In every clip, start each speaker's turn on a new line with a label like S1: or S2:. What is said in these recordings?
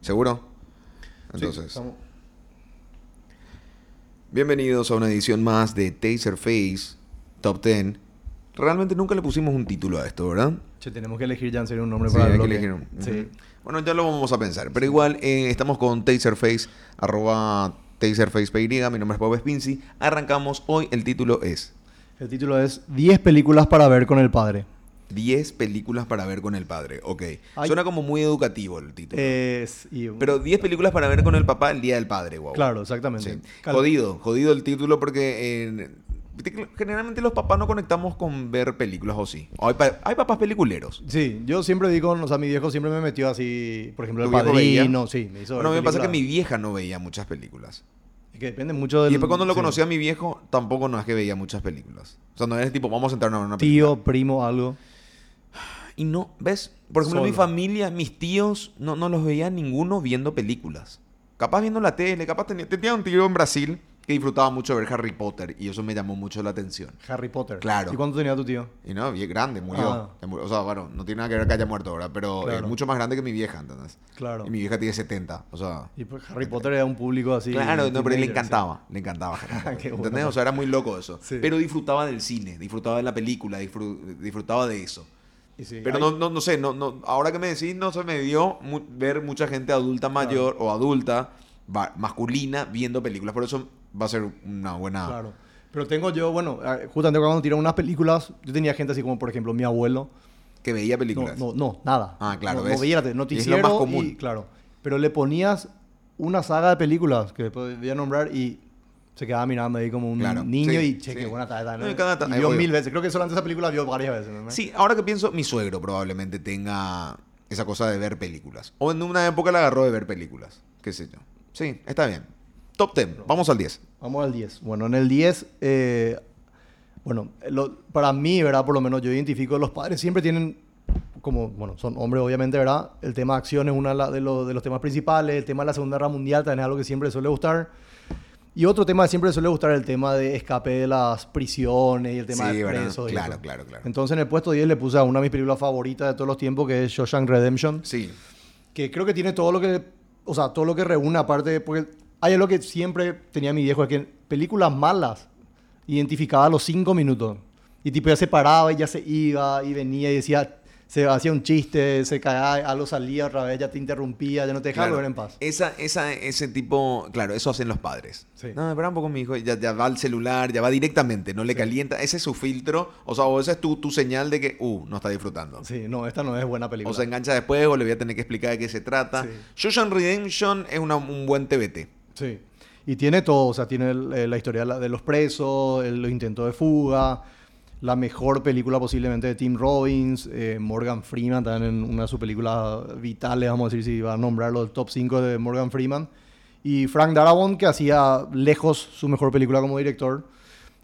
S1: ¿Seguro? Entonces. Bienvenidos a una edición más de Taserface Top 10. Realmente nunca le pusimos un título a esto, ¿verdad?
S2: Che, tenemos que elegir ya en serio un nombre
S1: Sí,
S2: para el
S1: hay que
S2: bloque.
S1: elegir un-
S2: Sí.
S1: Ujú. Bueno, ya lo vamos a pensar. Pero igual eh, estamos con Taserface, arroba TaserfacePY. Mi nombre es Bob Spincy. Arrancamos hoy. El título es
S2: El título es 10 películas para ver con el padre.
S1: 10 películas para ver con el padre. Ok.
S2: Ay. Eh,
S1: Suena como muy educativo el título.
S2: Es, y un-
S1: Pero 10 películas para ver con el papá el día del padre, wow.
S2: Claro, exactamente.
S1: Sí.
S2: Cal-
S1: Jodido, jodido el título porque eh, viste que generalmente los papás no conectamos con ver películas o sí. O Hay, pa- hay papás peliculeros.
S2: Sí, yo siempre digo, o sea, mi viejo siempre me metió así, por ejemplo, el
S1: ¿Tu viejo veía?
S2: padrino, sí, me hizo
S1: Bueno, a mí
S2: ver
S1: me pasa que mi
S2: películas.
S1: vieja no veía muchas películas.
S2: Es que depende mucho
S1: Y
S2: del...
S1: después cuando lo
S2: sí.
S1: conocí a mi viejo, tampoco no es que veía muchas películas. O sea, no es tipo, vamos a sentarnos a ver una película.
S2: Tío, primo, algo.
S1: Y no, ¿ves? Por ejemplo, mi
S2: Solo.
S1: familia, mis tíos, no, no los veía ninguno viendo películas. Capaz viendo la tele, capaz tenía, tenía un tío en Brasil que disfrutaba mucho ver Harry Potter y eso me llamó mucho la atención.
S2: Harry Potter.
S1: Claro.
S2: ¿Y cuánto tenía tu tío?
S1: Y no, bien grande, murió.
S2: Ah.
S1: Ya murió. O sea, bueno, no tiene nada que ver que haya muerto ahora, pero
S2: Claro.
S1: es mucho más grande que mi vieja, ¿entendés?
S2: Claro.
S1: Y mi vieja tiene 70, o sea...
S2: Y pues Harry Potter era un público así...
S1: claro, no, pero le
S2: teenager,
S1: encantaba, le encantaba. Harry Potter,
S2: Qué bueno.
S1: ¿Entendés? O sea, era muy loco eso.
S2: Sí.
S1: Pero disfrutaba del cine, disfrutaba de la película, disfru- disfrutaba de eso.
S2: sí. Y sí,
S1: Pero
S2: hay-
S1: no, no, no sé, no, no, ahora que me decís, no se me dio mu- ver mucha gente adulta mayor o adulta va- masculina viendo películas. Por eso va a ser una buena...
S2: Claro. Pero tengo yo, bueno, eh, justamente cuando tiraron unas películas, yo tenía gente así como, por ejemplo, mi abuelo.
S1: Que veía
S2: No,
S1: películas.
S2: no, no, nada.
S1: Ah, claro,
S2: No, no
S1: ¿ves?
S2: veía
S1: Y
S2: la
S1: es
S2: tele,
S1: lo
S2: noticiero
S1: más común.
S2: y- claro. Pero le ponías una saga de películas que después voy a nombrar y se quedaba mirando ahí como un
S1: Claro,
S2: niño
S1: sí,
S2: y che,
S1: sí.
S2: qué buena tarde.
S1: No, y cada ta-
S2: y
S1: ahí
S2: vio
S1: voy.
S2: mil veces. Creo que solamente esa película vio varias veces. ¿no?
S1: Sí, ahora que pienso, mi suegro probablemente tenga esa cosa de ver películas. O en una época la agarró de ver películas. Qué sé yo. Sí, está bien. Top 10. Vamos al 10.
S2: Vamos al 10. Bueno, en el 10, eh, bueno, lo- para mí, ¿verdad? Por lo menos yo identifico, los padres siempre tienen, como, bueno, son hombres obviamente, ¿verdad? El tema de acción es uno de, la- de los- de los temas principales, el tema de la Segunda Guerra Mundial también es algo que siempre les suele gustar. Y otro tema que siempre les suele gustar el tema de escape de las prisiones y el tema
S1: Sí,
S2: de
S1: ¿verdad?
S2: presos. y
S1: Claro,
S2: eso.
S1: claro, claro.
S2: Entonces en el puesto 10 le puse a una de mis películas favoritas de todos los tiempos, que es Shawshank Redemption
S1: Sí.
S2: que creo que tiene todo lo que, o sea, todo lo que reúne aparte, de- porque hay algo que siempre tenía mi viejo, es que películas malas identificaba a los cinco minutos. Y tipo ya se paraba y ya se iba y venía y decía, se hacía un chiste, se cagaba, algo salía otra vez, ya te interrumpía, ya no te dejaba
S1: Claro.
S2: volver en paz.
S1: Esa, esa, ese tipo, claro, eso hacen los padres.
S2: Sí.
S1: No, espera un poco, mi hijo, ya, ya va al celular, ya va directamente, no le calienta. Ese es su filtro, o sea, o esa es tu, tu señal de que, uh, no está disfrutando.
S2: Sí, no, esta no es buena película.
S1: O se engancha después, o le voy a tener que explicar de qué se trata.
S2: Sí.
S1: Shawshank Redemption es una- un buen TBT.
S2: Sí. Y tiene todo, o sea, tiene el- eh, la historia de la- de los presos, el- los intentos de fuga, la mejor película posiblemente de Tim Robbins, eh, Morgan Freeman, también en una de sus películas vitales, vamos a decir, si va a nombrarlo, el top 5 de Morgan Freeman. Y Frank Darabont, que hacía lejos su mejor película como director.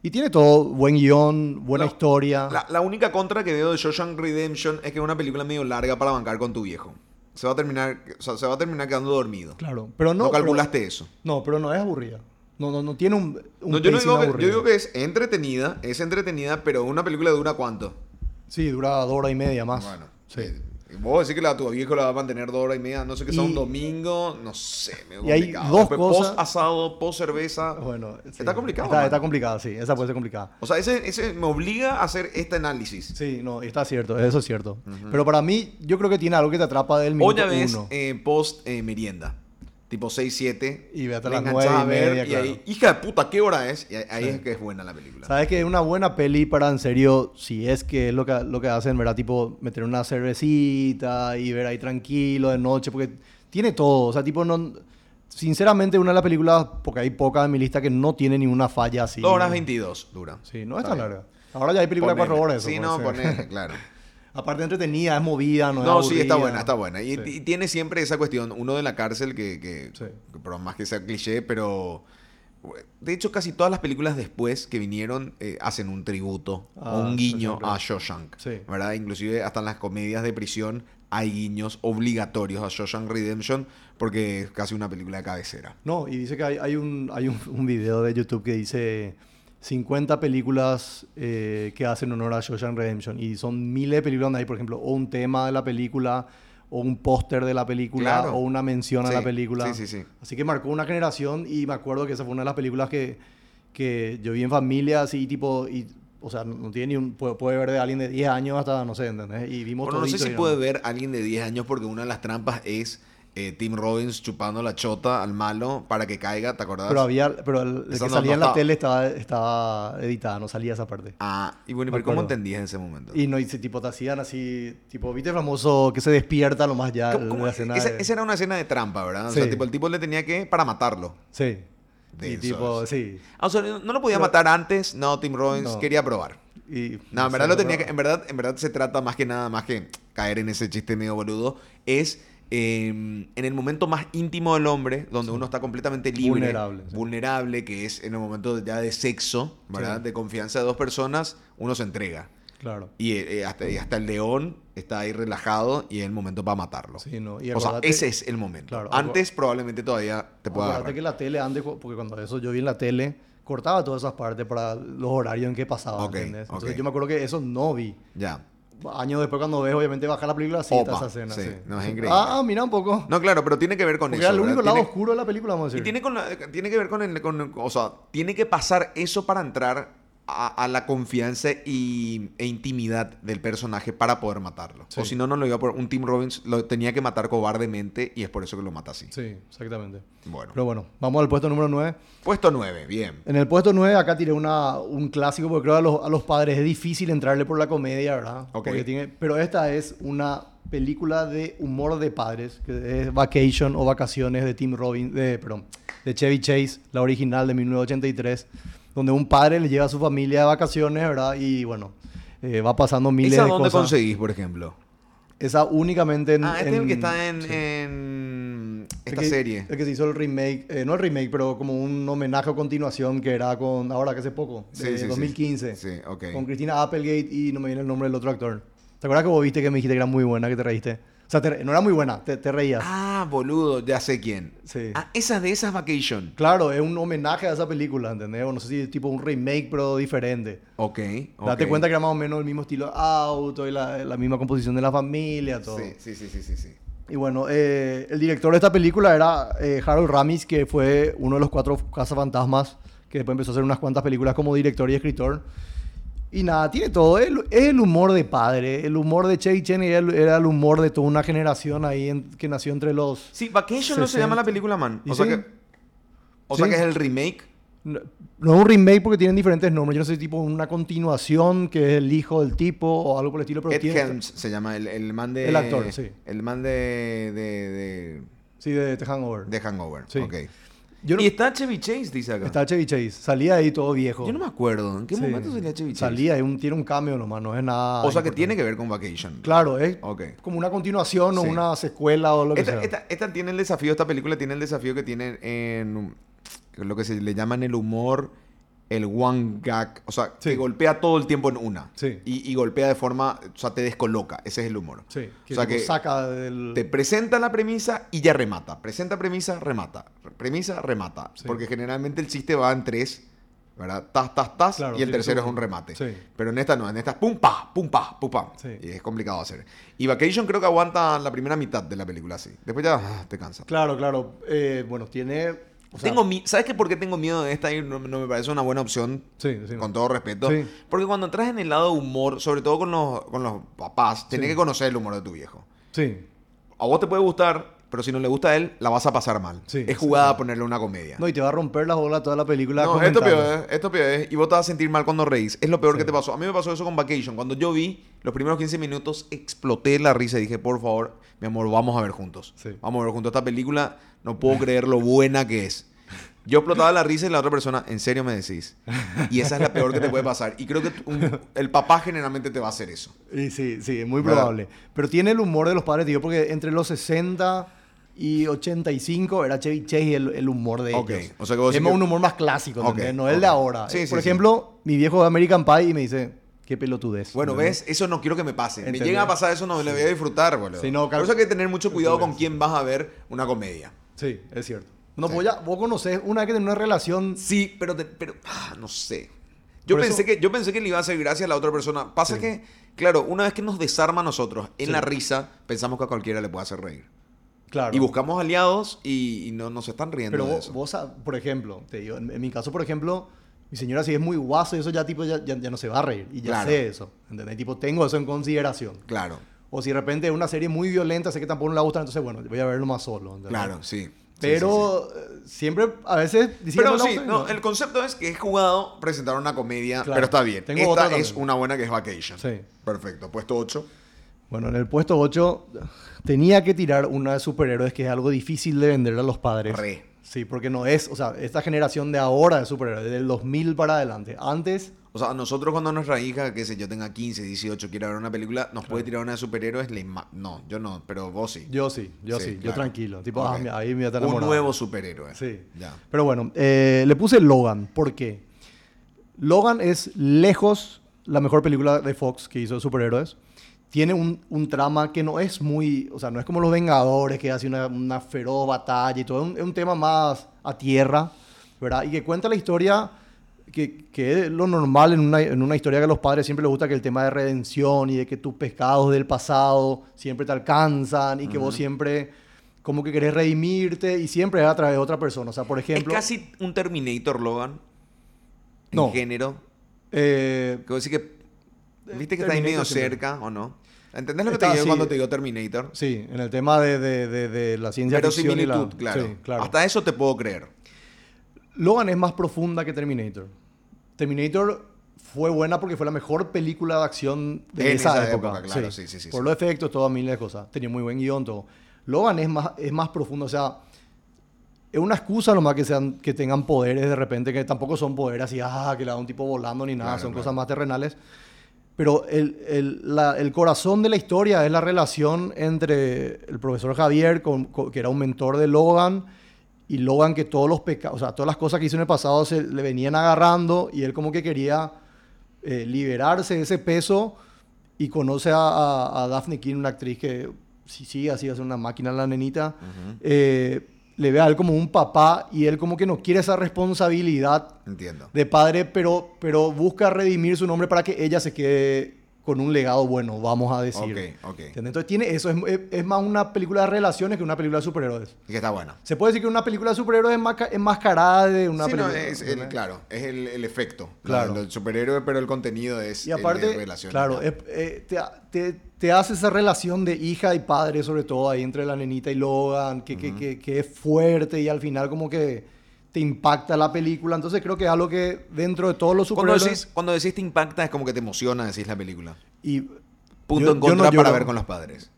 S2: Y tiene todo, buen guión, buena
S1: La-
S2: historia.
S1: La, la única contra que veo de Shawshank Redemption es que es una película medio larga para bancar con tu viejo. Se va a terminar, o sea, se va a terminar quedando dormido.
S2: claro, pero no...
S1: no
S2: pero-
S1: calculaste eso.
S2: no, pero no es aburrida. No, no, no tiene un... un
S1: No, yo, no digo
S2: pacing
S1: que, yo
S2: aburrido.
S1: digo que es entretenida, es entretenida, pero una película dura cuánto.
S2: Sí, dura dos horas y media más.
S1: Bueno,
S2: Ah, sí.
S1: eh, Vos decís que la, tu viejo la va a mantener dos horas y media, no sé qué sea
S2: Y-
S1: un domingo, no sé. medio
S2: y hay
S1: complicado.
S2: dos
S1: Después,
S2: cosas-
S1: Post asado, post cerveza.
S2: Bueno,
S1: Está complicado,
S2: Está,
S1: man.
S2: está complicado, sí. Esa puede ser complicada.
S1: O sea, ese, ese me obliga a hacer este análisis.
S2: Sí, no, está cierto. Eso es cierto. Pero para mí, yo creo que tiene algo que te atrapa del
S1: O
S2: minuto
S1: ya ves
S2: uno.
S1: eh, post eh, merienda. Tipo 6, 7.
S2: Y ve hasta
S1: le
S2: las
S1: enganchás
S2: nueve y
S1: a ver
S2: media,
S1: y ahí,
S2: claro.
S1: hija de puta, ¿qué hora es? Y ahí, ahí
S2: Sí.
S1: es que es buena la película.
S2: Sabes que es una buena peli para en serio, si es que es lo que, lo que hacen, ¿verdad? Tipo, meter una cervecita y ver ahí tranquilo de noche, porque tiene todo. O sea, tipo, no. Sinceramente, una de las películas, porque hay pocas en mi lista que no tiene ninguna falla así.
S1: 2 horas 22 dura.
S2: Sí, no es
S1: Está
S2: tan
S1: bien.
S2: larga. Ahora ya hay películas de cuatro
S1: Ponele.
S2: horas. eso
S1: Sí,
S2: puede
S1: no,
S2: ser.
S1: ponele, claro.
S2: Aparte, entretenida, es movida, no,
S1: No,
S2: es
S1: sí, está
S2: aburrida.
S1: buena, está buena. Y,
S2: Sí.
S1: y tiene siempre esa cuestión, uno de la cárcel que, que,
S2: Sí.
S1: que por más que sea cliché, pero... De hecho, casi todas las películas después que vinieron eh, hacen un tributo o
S2: Ah,
S1: un guiño
S2: Shawshank,
S1: a Shawshank,
S2: Sí.
S1: ¿verdad? Inclusive hasta en las comedias de prisión hay guiños obligatorios a Shawshank Redemption porque es casi una película de cabecera.
S2: No, y dice que hay, hay un, hay un, un video de YouTube que dice 50 películas eh, que hacen honor a Shawshank Redemption. Y son miles de películas donde hay, por ejemplo, o un tema de la película, o un póster de la película
S1: Claro.
S2: o una mención a
S1: Sí,
S2: la película.
S1: sí, sí, sí.
S2: Así que marcó una generación y me acuerdo que esa fue una de las películas que, que yo vi en familia así tipo y o sea, no tiene ni un puede, puede ver de alguien de 10 años hasta no sé, ¿entendés? Y vimos
S1: Bueno, no sé
S2: todito
S1: si
S2: y
S1: puede ver a alguien de 10 años porque una de las trampas es eh, Tim Robbins chupando la chota al malo para que caiga, ¿te acordás?
S2: Pero había pero el, el que
S1: Esa no-
S2: salía
S1: no
S2: en la
S1: estaba.
S2: tele estaba estaba editada, no salía esa parte.
S1: Ah, y bueno,
S2: Me
S1: pero ¿cómo
S2: acuerdo.
S1: entendías en ese momento?
S2: Y no, y se- tipo, te hacían así, tipo, viste el famoso que se despierta lo más ya.
S1: ¿Cómo-
S2: de
S1: cómo-
S2: la escena
S1: esa,
S2: de-
S1: esa era una escena de trampa, ¿verdad? O
S2: Sí.
S1: sea, tipo, el tipo le tenía que... para matarlo.
S2: Sí.
S1: De
S2: y
S1: esos.
S2: tipo, sí.
S1: Ah, o sea, no lo podía
S2: Pero-
S1: matar antes, no, Tim Robbins
S2: No.
S1: quería probar.
S2: Y,
S1: No, en
S2: sé,
S1: verdad lo tenía que,
S2: pero-
S1: en verdad, en verdad se trata más que nada, más que caer en ese chiste medio boludo, es eh, en el momento más íntimo del hombre, donde uno está completamente libre,
S2: Vulnerable, sí.
S1: vulnerable, que es en el momento ya de sexo, ¿verdad?
S2: Sí.
S1: De confianza de dos personas, uno se entrega.
S2: Claro.
S1: Y eh, hasta, y hasta el león está ahí relajado y es el momento para matarlo.
S2: Sí, no, y
S1: o sea,
S2: acordate-
S1: ese es el momento.
S2: Claro,
S1: Antes probablemente todavía te pueda
S2: Acuérdate
S1: agarrar.
S2: que la tele antes, cu- porque cuando eso yo vi en la tele, cortaba todas esas partes para los horarios en que pasaba,
S1: Ok,
S2: ¿entendés? Entonces
S1: ok.
S2: yo me acuerdo que eso no vi.
S1: Ya.
S2: Años después cuando ves, obviamente, bajar la película, sí está
S1: Opa,
S2: esa escena.
S1: sí,
S2: Sí,
S1: no, es increíble.
S2: Ah, mira un poco.
S1: No, claro, pero tiene que ver con
S2: porque
S1: eso.
S2: era el
S1: ¿verdad?
S2: único lado
S1: Tiene-
S2: oscuro de la película, vamos a
S1: Y
S2: decir.
S1: tiene, con la- tiene que ver con, el, con- O sea, tiene que pasar eso para entrar a, a la confianza y, e intimidad del personaje para poder matarlo.
S2: Sí.
S1: O si no, no lo iba por. Un Tim Robbins lo tenía que matar cobardemente y es por eso que lo mata así.
S2: Sí, exactamente.
S1: Bueno.
S2: Pero bueno, vamos al puesto número 9.
S1: Puesto 9, bien.
S2: En el puesto 9 acá tiré una, un clásico porque creo que a los, a los padres es difícil entrarle por la comedia, ¿verdad?
S1: Ok.
S2: Porque tiene- pero esta es una película de humor de padres, que es Vacation o Vacaciones de Tim Robbins, de, perdón, de Chevy Chase, la original de 1983, donde un padre le lleva a su familia de vacaciones, ¿verdad? Y bueno, eh, va pasando miles
S1: ¿Esa
S2: de
S1: dónde
S2: cosas.
S1: conseguís, por ejemplo?
S2: Esa únicamente en...
S1: ah, este es el que está en,
S2: sí.
S1: en
S2: El
S1: esta
S2: que-
S1: serie.
S2: El que se hizo el remake, eh, no el remake, pero como un homenaje o continuación que era con, ahora que hace poco, de 2015.
S1: Sí, ok.
S2: Con Cristina Applegate y no me viene el nombre del otro actor. ¿Te acuerdas que vos viste que me dijiste que era muy buena, que te reíste? O sea, te re- no era muy buena, te, te reías.
S1: Ah, boludo, ya sé quién.
S2: Sí.
S1: Ah, esas de esas Vacation.
S2: Claro, es un homenaje a esa película, ¿entendés? O no sé si es tipo un remake, pero diferente.
S1: Ok.
S2: Date
S1: ok.
S2: cuenta que era más o menos el mismo estilo de auto y la, la misma composición de la familia, todo.
S1: Sí, sí, sí, sí, sí. sí.
S2: Y bueno, eh, el director de esta película era eh, Harold Ramis, que fue uno de los cuatro cazafantasmas, que después empezó a hacer unas cuantas películas como director y escritor. Y nada, tiene todo. El, el humor de padre, el humor de Chevy Chen era el, era el humor de toda una generación ahí en- que nació entre los...
S1: Sí, Vacation no se
S2: 60.
S1: llama la película, man.
S2: Y
S1: O sea
S2: sí.
S1: que. O
S2: Sí.
S1: sea que es el remake.
S2: No, no es un remake porque tienen diferentes nombres. Yo no sé, tipo una continuación que es el hijo del tipo o algo por el estilo, pero
S1: Ed
S2: tiene-
S1: Helms se llama el, el man de.
S2: El actor, sí.
S1: El man de. de,
S2: Sí, de, The Hangover.
S1: de, de Hangover.
S2: Sí.
S1: Ok.
S2: Yo no-
S1: Y está Chevy Chase, dice acá.
S2: Está Chevy Chase. Salía ahí todo viejo.
S1: Yo no me acuerdo. ¿En qué
S2: Sí.
S1: momento salía Chevy Chase?
S2: Salía, es un- tiene un cambio nomás, no es nada.
S1: O sea que
S2: importante.
S1: tiene que ver con Vacation.
S2: Claro, es
S1: Ok.
S2: como una continuación o
S1: Sí.
S2: una secuela o lo que
S1: Esta,
S2: sea.
S1: esta- esta tiene el desafío, esta película tiene el desafío que tiene en lo que se le llama en el humor el one gag, o sea,
S2: Sí.
S1: que golpea todo el tiempo en una.
S2: Sí.
S1: Y, y golpea de forma, o sea, te descoloca, ese es el humor.
S2: Sí, que,
S1: o sea
S2: tipo
S1: que
S2: saca del.
S1: te presenta la premisa y ya remata, presenta premisa, remata, premisa, remata,
S2: Sí.
S1: porque generalmente el chiste va en tres, ¿verdad? Tas, tas, tas,
S2: Claro,
S1: y el
S2: tiene
S1: tercero
S2: su-
S1: es un remate.
S2: Sí.
S1: Pero en esta no, en esta es pum, pa, pum, pa, pum, pa.
S2: Sí.
S1: Y es complicado hacer. Y Vacation creo que aguanta la primera mitad de la película así. Después ya ah, te cansa.
S2: Claro, claro. Eh, bueno, tiene. o sea,
S1: tengo mi- ¿Sabes qué? por qué tengo miedo de esta? Y no, no me parece una buena opción.
S2: Sí, sí.
S1: Con todo respeto.
S2: Sí.
S1: Porque cuando entras en el lado de humor, sobre todo con los, con los papás, tenés
S2: Sí.
S1: que conocer el humor de tu viejo.
S2: Sí.
S1: A vos te puede gustar, pero si no le gusta a él, la vas a pasar mal.
S2: Sí,
S1: es jugada ponerle una comedia.
S2: No, y te va a romper las bolas toda la película.
S1: No, esto
S2: comentando.
S1: peor es, esto peor es. Y vos te vas a sentir mal cuando reís. Es lo peor
S2: Sí.
S1: que te pasó. A mí me pasó eso con Vacation. Cuando yo vi los primeros 15 minutos, exploté la risa y dije, por favor, mi amor, vamos a ver juntos.
S2: Sí.
S1: Vamos a ver juntos esta película. No puedo creer lo buena que es. Yo explotaba la risa y la otra persona, en serio me decís. Y esa es la peor que te puede pasar. Y creo que t- un- el papá generalmente te va a hacer eso.
S2: Y sí, sí, es muy
S1: ¿Verdad?
S2: probable. Pero tiene el humor de los padres, tío, porque entre los 60 y 85 era Chevy Chase el, el humor de
S1: Ok,
S2: ellos.
S1: o sea que vos
S2: es
S1: decís
S2: más
S1: que-
S2: un humor más clásico,
S1: Ok,
S2: ¿entendés? no el
S1: ok.
S2: de ahora.
S1: Sí,
S2: Eh,
S1: sí,
S2: Por
S1: sí.
S2: ejemplo, mi viejo de American Pie y me dice, qué pelotudez.
S1: Bueno,
S2: ¿entendés?
S1: ¿ves? Eso no quiero que me pase.
S2: Entendí.
S1: Me llega a pasar eso, no le voy a disfrutar, boludo.
S2: Sí, no,
S1: Por
S2: cal-
S1: eso hay que tener mucho cuidado con quién vas a ver una comedia.
S2: Sí, es cierto. No,
S1: Sí.
S2: pues ya, vos conocés, una vez que tenés una relación...
S1: Sí, pero, te- pero ah, no sé. Yo
S2: Por
S1: pensé,
S2: eso-
S1: que, yo pensé que le iba a hacer gracia a la otra persona. Pasa que Claro, una vez que nos desarma a nosotros en
S2: Sí.
S1: la risa, pensamos que a cualquiera le puede hacer reír.
S2: Claro.
S1: Y buscamos aliados y, y no nos están riendo
S2: Pero
S1: de
S2: vos,
S1: eso.
S2: vos, ah, por ejemplo, te digo, en, en mi caso, por ejemplo, mi señora si es muy guaso y eso ya tipo ya, ya- ya no se va a reír. Y ya
S1: Claro.
S2: sé eso. ¿Entendés? Tipo, tengo eso en consideración.
S1: Claro,
S2: O si de repente es una serie muy violenta, sé que tampoco no la gusta, entonces bueno, voy a verlo más solo. ¿entendés?
S1: claro, sí. Sí, sí, sí.
S2: Pero eh, siempre, a veces, diciendo
S1: Pero
S2: la
S1: sí,
S2: gusta y
S1: no, el concepto es que he jugado presentar una comedia,
S2: Claro.
S1: pero está bien.
S2: Tengo
S1: Esta
S2: otra
S1: es
S2: también.
S1: una buena que es Vacation.
S2: Sí.
S1: Perfecto, puesto 8.
S2: Bueno, en el puesto 8 tenía que tirar una de superhéroes que es algo difícil de vender a los padres.
S1: Re.
S2: Sí, porque no es, o sea, esta generación de ahora de superhéroes, del 2000 para adelante. Antes,
S1: O sea, nosotros cuando nuestra hija, que sé yo, tenga 15, 18, quiera ver una película, nos puede tirar una de superhéroes. le ma- no, yo no, pero vos sí.
S2: yo sí, yo sí, yo
S1: claro.
S2: tranquilo. Tipo,
S1: Ok.
S2: ah, mira, ahí me voy a estar
S1: Un
S2: enamorado.
S1: nuevo superhéroe.
S2: Sí.
S1: Ya.
S2: Pero bueno, eh, le puse Logan. ¿Por qué? Logan es lejos la mejor película de Fox que hizo de superhéroes. Tiene un, un trama que no es muy. O sea, no es como Los Vengadores, que hace una, una feroz batalla y todo. Es un, es un tema más a tierra, ¿verdad? Y que cuenta la historia. Que, que es lo normal en una, en una historia que a los padres siempre les gusta que el tema de redención y de que tus pecados del pasado siempre te alcanzan y que vos siempre como que querés redimirte y siempre es a través de otra persona. O sea, por ejemplo...
S1: Es casi un Terminator Logan. En
S2: No.
S1: género.
S2: eh,
S1: Que vos decís que. ¿Viste que está ahí
S2: Terminator
S1: medio
S2: siempre.
S1: cerca o no? ¿Entendés lo que te
S2: Está
S1: digo
S2: así.
S1: cuando te digo Terminator?
S2: Sí, en el tema de, de- de- de la ciencia
S1: Pero
S2: ficción y la-
S1: similitud, claro.
S2: sí, claro.
S1: Hasta eso te puedo creer.
S2: Logan es más profunda que Terminator. Terminator fue buena porque fue la mejor película de acción de
S1: En
S2: esa,
S1: esa
S2: época.
S1: época, claro, sí, sí, sí,
S2: Por
S1: sí.
S2: los efectos, todas miles de cosas. Tenía muy buen guión, todo. Logan es más, es más profundo, o sea, es una excusa nomás que, sean, que tengan poderes de repente, que tampoco son poderes así, ah, que le da un tipo volando ni nada,
S1: Claro,
S2: son
S1: claro.
S2: cosas más terrenales. Pero el, el- la- el corazón de la historia es la relación entre el profesor Javier, con- con- que era un mentor de Logan, y Logan que todos los pecados, o sea, todas las cosas que hizo en el pasado se le venían agarrando y él como que quería eh, liberarse de ese peso y conoce a, a- a Daphne King, una actriz que sí, sí, así hace una máquina la nenita, eh, le ve a él como un papá y él como que no quiere esa responsabilidad
S1: Entiendo.
S2: de padre, pero, pero busca redimir su nombre para que ella se quede con un legado bueno, vamos a decir.
S1: Ok, ok.
S2: ¿Entendés? Entonces tiene eso, es, es- es más una película de relaciones que una película de superhéroes.
S1: Y que está buena.
S2: Se puede decir que una película de superhéroes es enmasca- enmascarada de una
S1: Sí, no,
S2: película.
S1: es el-
S2: ¿entendés?
S1: claro, es el, el efecto.
S2: Claro.
S1: Claro. El superhéroe, pero el contenido es
S2: Y aparte,
S1: el de relaciones,
S2: claro,
S1: ¿no?
S2: es- eh, te, te- te hace esa relación de hija y padre, sobre todo ahí entre la nenita y Logan, que, que- que- que es fuerte y al final como que te impacta la película. Entonces creo que es algo que dentro de todos los
S1: cuando,
S2: superhéroes...
S1: decís, cuando decís te impacta, es como que te emociona, decís la película.
S2: y,
S1: Punto
S2: yo-
S1: en
S2: yo no
S1: contra para
S2: lloro.
S1: ver con los padres.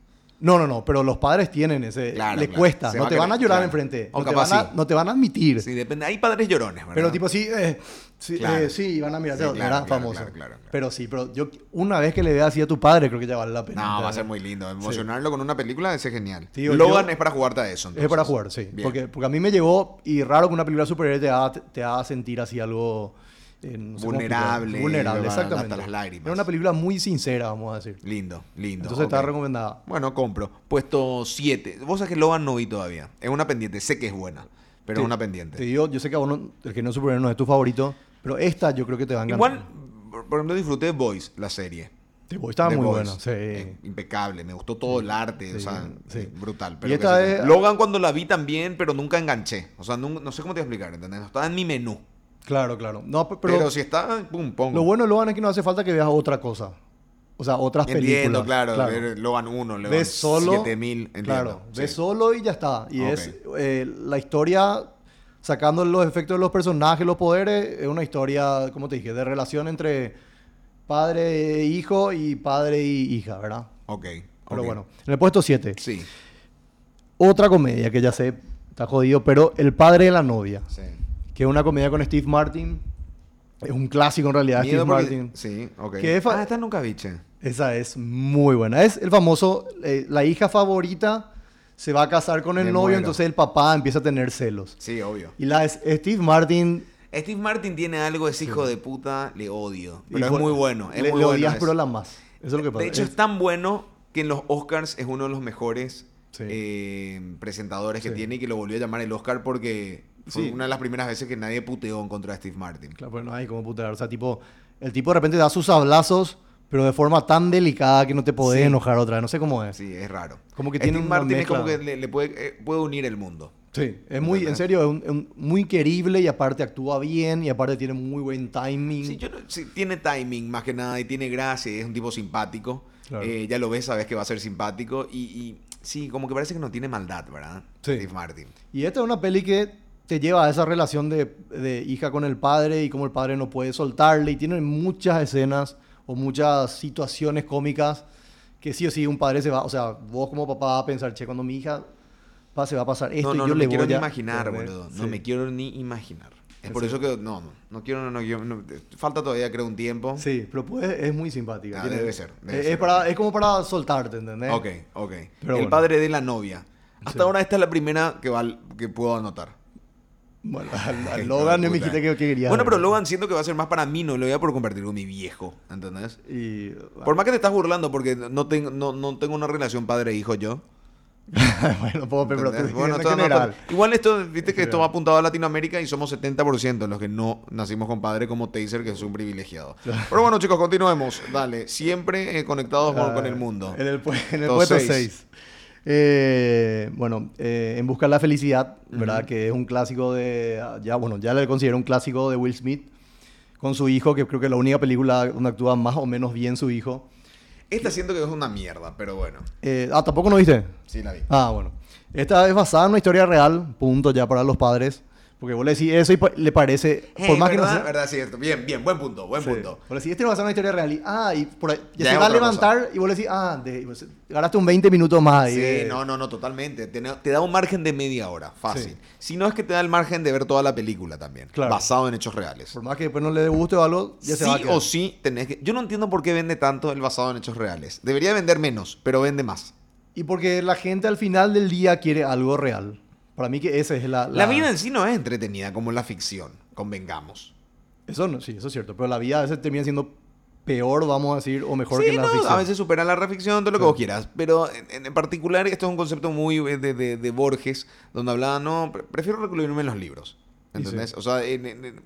S2: No, no, no, pero los padres tienen ese...
S1: Claro,
S2: les
S1: claro.
S2: cuesta,
S1: Se
S2: no
S1: va
S2: te
S1: a
S2: van a
S1: querer,
S2: llorar
S1: claro.
S2: enfrente,
S1: O
S2: no te,
S1: capaz
S2: van a,
S1: sí.
S2: no te van a admitir.
S1: Sí, depende. Hay padres llorones, ¿verdad?
S2: Pero tipo, sí, eh, sí,
S1: Claro.
S2: eh, sí, van a mirar,
S1: Sí,
S2: era
S1: claro, claro,
S2: famoso.
S1: claro, claro, claro.
S2: Pero sí, pero yo una vez que le veas así a tu padre, creo que ya vale la pena.
S1: No, va a
S2: ¿entendés?
S1: ser muy lindo. Emocionarlo con una película es genial.
S2: Tío,
S1: Logan
S2: yo-
S1: es para jugarte a eso.
S2: Es para
S1: entonces.
S2: jugar, sí.
S1: Bien.
S2: Porque, porque a mí me llegó, y raro que una película superior te haga, te haga sentir así algo... eh, no sé cómo explicar.
S1: Vulnerable,
S2: Vulnerable,
S1: van
S2: exactamente.
S1: hasta las lágrimas.
S2: Era una película muy sincera, vamos a decir.
S1: Lindo, lindo.
S2: Entonces está
S1: ok.
S2: recomendada.
S1: Bueno, compro. Puesto 7. Vos sabés que Logan no vi todavía. Es una pendiente. Sé que es buena, pero
S2: Te-
S1: es una pendiente.
S2: Te digo, yo sé que a vos no- el que no es superior no es tu favorito, pero esta yo creo que te va a encantar.
S1: Igual, por por ejemplo, disfruté Boys, la serie.
S2: Te- vos estaba
S1: The
S2: muy
S1: Boys.
S2: buena, sí.
S1: Eh, impecable. Me gustó todo el arte. o
S2: Sí,
S1: sea,
S2: sí.
S1: eh, brutal.
S2: Y
S1: Pero
S2: esta
S1: qué sé yo.
S2: es-
S1: Logan cuando la vi también, pero nunca enganché. O sea, nun- no, sé cómo te voy a explicar, ¿entendés? No estaba en mi menú.
S2: Claro, claro. No, pe-
S1: Pero,
S2: pero,
S1: si está, pum, pongo.
S2: lo bueno de Logan es que no hace falta que veas otra cosa. O sea, otras
S1: Entiendo,
S2: películas.
S1: claro, ver Logan 1, Logan
S2: ves solo.
S1: 7000, entiendo.
S2: Claro, ves
S1: sí.
S2: solo y ya está. Y es
S1: Ok.
S2: eh, la historia, sacando los efectos de los personajes, los poderes, es una historia, como te dije, de relación entre padre e hijo y padre y hija, ¿verdad?
S1: Ok.
S2: Pero
S1: ok.
S2: bueno, en el puesto 7,
S1: Sí.
S2: otra comedia que ya sé, está jodido, pero El padre de la novia,
S1: sí.
S2: que es una comedia con Steve Martin, es un clásico en realidad,
S1: Miedo
S2: Steve
S1: porque-
S2: Martin.
S1: Sí, ok.
S2: Que es fa-
S1: Ah, esta nunca vi, che.
S2: Esa es muy buena. Es el famoso, eh, la hija favorita se va a casar con el
S1: Me
S2: novio,
S1: muero.
S2: entonces el papá empieza a tener celos.
S1: Sí, obvio.
S2: Y la es- Steve Martin,
S1: Steve Martin tiene algo, es hijo de puta, le odio.
S2: y
S1: Pero es
S2: por-
S1: muy bueno. Es
S2: le,
S1: muy
S2: le
S1: bueno
S2: odias,
S1: es.
S2: pero la más. Eso es lo que pasa.
S1: De hecho,
S2: Es-
S1: es tan bueno que en los Oscars es uno de los mejores
S2: Sí.
S1: eh, presentadores que
S2: Sí.
S1: tiene y que lo volvió a llamar el Oscar porque fue
S2: Sí.
S1: una de las primeras veces que nadie puteó en contra de Steve Martin.
S2: Claro, pero no hay como putear. O sea, tipo, el tipo de repente da sus sablazos, pero de forma tan delicada que no te podés
S1: Sí.
S2: enojar otra vez. No sé cómo es. Sí,
S1: Sí, es raro.
S2: Como que
S1: Steve
S2: tiene una
S1: Martin es como que
S2: mezcla.
S1: le, le puede, eh, puede unir el mundo.
S2: es muy, en serio, es un- es un- muy querible y aparte actúa bien y aparte tiene muy buen timing.
S1: Sí, yo no- sí, tiene timing más que nada y tiene gracia, y es un tipo simpático.
S2: Claro.
S1: Eh, ya lo ves, sabes que va a ser simpático y, y sí, como que parece que no tiene maldad, ¿verdad?
S2: Sí.
S1: Steve Martin.
S2: Y esta es una peli que te lleva a esa relación de, de hija con el padre y cómo el padre no puede soltarle. Y tiene muchas escenas o muchas situaciones cómicas que sí o sí un padre se va. O sea, vos como papá vas a pensar, che, cuando mi hija va, se va a pasar esto
S1: no,
S2: y
S1: no,
S2: yo
S1: no
S2: le
S1: me quiero
S2: voy
S1: ni
S2: a-
S1: imaginar,
S2: ¿entendés?
S1: boludo.
S2: Sí.
S1: No me quiero ni imaginar. Es por eso que no, no, no quiero, no, yo- no- falta todavía creo un tiempo.
S2: Sí, pero pues es muy simpática.
S1: Ah,
S2: tiene-
S1: debe ser, debe
S2: es,
S1: ser.
S2: es para- es como para soltarte, ¿entendés?
S1: Ok, ok.
S2: ¿eh? Pero
S1: el
S2: bueno.
S1: padre de la novia. Hasta
S2: Sí.
S1: ahora esta es la primera que, va, que puedo anotar.
S2: Bueno, al, al
S1: Hijo de
S2: Logan me
S1: puta.
S2: dijiste que, que querías.
S1: Bueno,
S2: ver.
S1: pero Logan siento que va a ser más para mí, no lo voy a por compartir con mi viejo, ¿entendés?
S2: Y,
S1: Por más que te estás burlando porque no tengo, no, no tengo una relación padre-hijo yo.
S2: bueno, puedo, pero
S1: ¿entendés?
S2: tú-
S1: Bueno,
S2: en
S1: esto no-
S2: general.
S1: igual esto, viste que esto
S2: general.
S1: va apuntado a Latinoamérica y somos 70% los que no nacimos con padre como Taser, que es un privilegiado. Pero bueno, chicos, continuemos. Dale, siempre eh, conectados con, con el mundo.
S2: Ah, En el, pue- en el
S1: Los
S2: puesto
S1: seis.
S2: 6. bueno, eh, En Busca de la Felicidad, ¿verdad? Que es un clásico de. Ya, bueno, ya le considero un clásico de Will Smith con su hijo, que creo que es la única película donde actúa más o menos bien su hijo.
S1: Esta siento que es una mierda, pero bueno,
S2: Eh, ah, ¿tampoco no viste?
S1: sí la vi.
S2: Ah, bueno. Esta es basada en una historia real, punto ya para los padres. Porque vos le decís eso y pa- le parece.
S1: Eh,
S2: por más
S1: ¿verdad?
S2: que no sea-
S1: verdad, cierto. Bien, bien, buen punto, buen
S2: Sí.
S1: punto.
S2: Vos le decís, este no va a ser una historia real. Y, ah, y por ahí- ya
S1: Ya
S2: se
S1: es
S2: va a
S1: otra cosa.
S2: levantar y vos le decís, ah, de- y vos- ganaste un 20 minutos más ahí.
S1: Sí,
S2: de-
S1: no, no, no, totalmente. Te, te da un margen de media hora, fácil.
S2: Sí.
S1: Si no es que te da el margen de ver toda la película también,
S2: Claro.
S1: basado en hechos reales.
S2: Por más que después no le dé gusto o algo, ya se
S1: Sí
S2: va a quedar.
S1: o sí tenés que... Yo no entiendo por qué vende tanto el basado en hechos reales. Debería vender menos, pero vende más.
S2: Y porque la gente al final del día quiere algo real. Para mí que esa es la...
S1: La vida en sí no es entretenida como la ficción, convengamos.
S2: Eso no, sí, eso es cierto. Pero la vida a veces termina siendo peor, vamos a decir, o mejor que
S1: Sí,
S2: en la
S1: no,
S2: ficción.
S1: a veces supera la reficción, todo lo que
S2: Sí.
S1: vos quieras. Pero en, en particular, esto es un concepto muy eh, de, de- de Borges, donde hablaba, no, pre- prefiero recluirme en los libros.
S2: Y sí.
S1: ¿Entendés? O sea, en- en- en-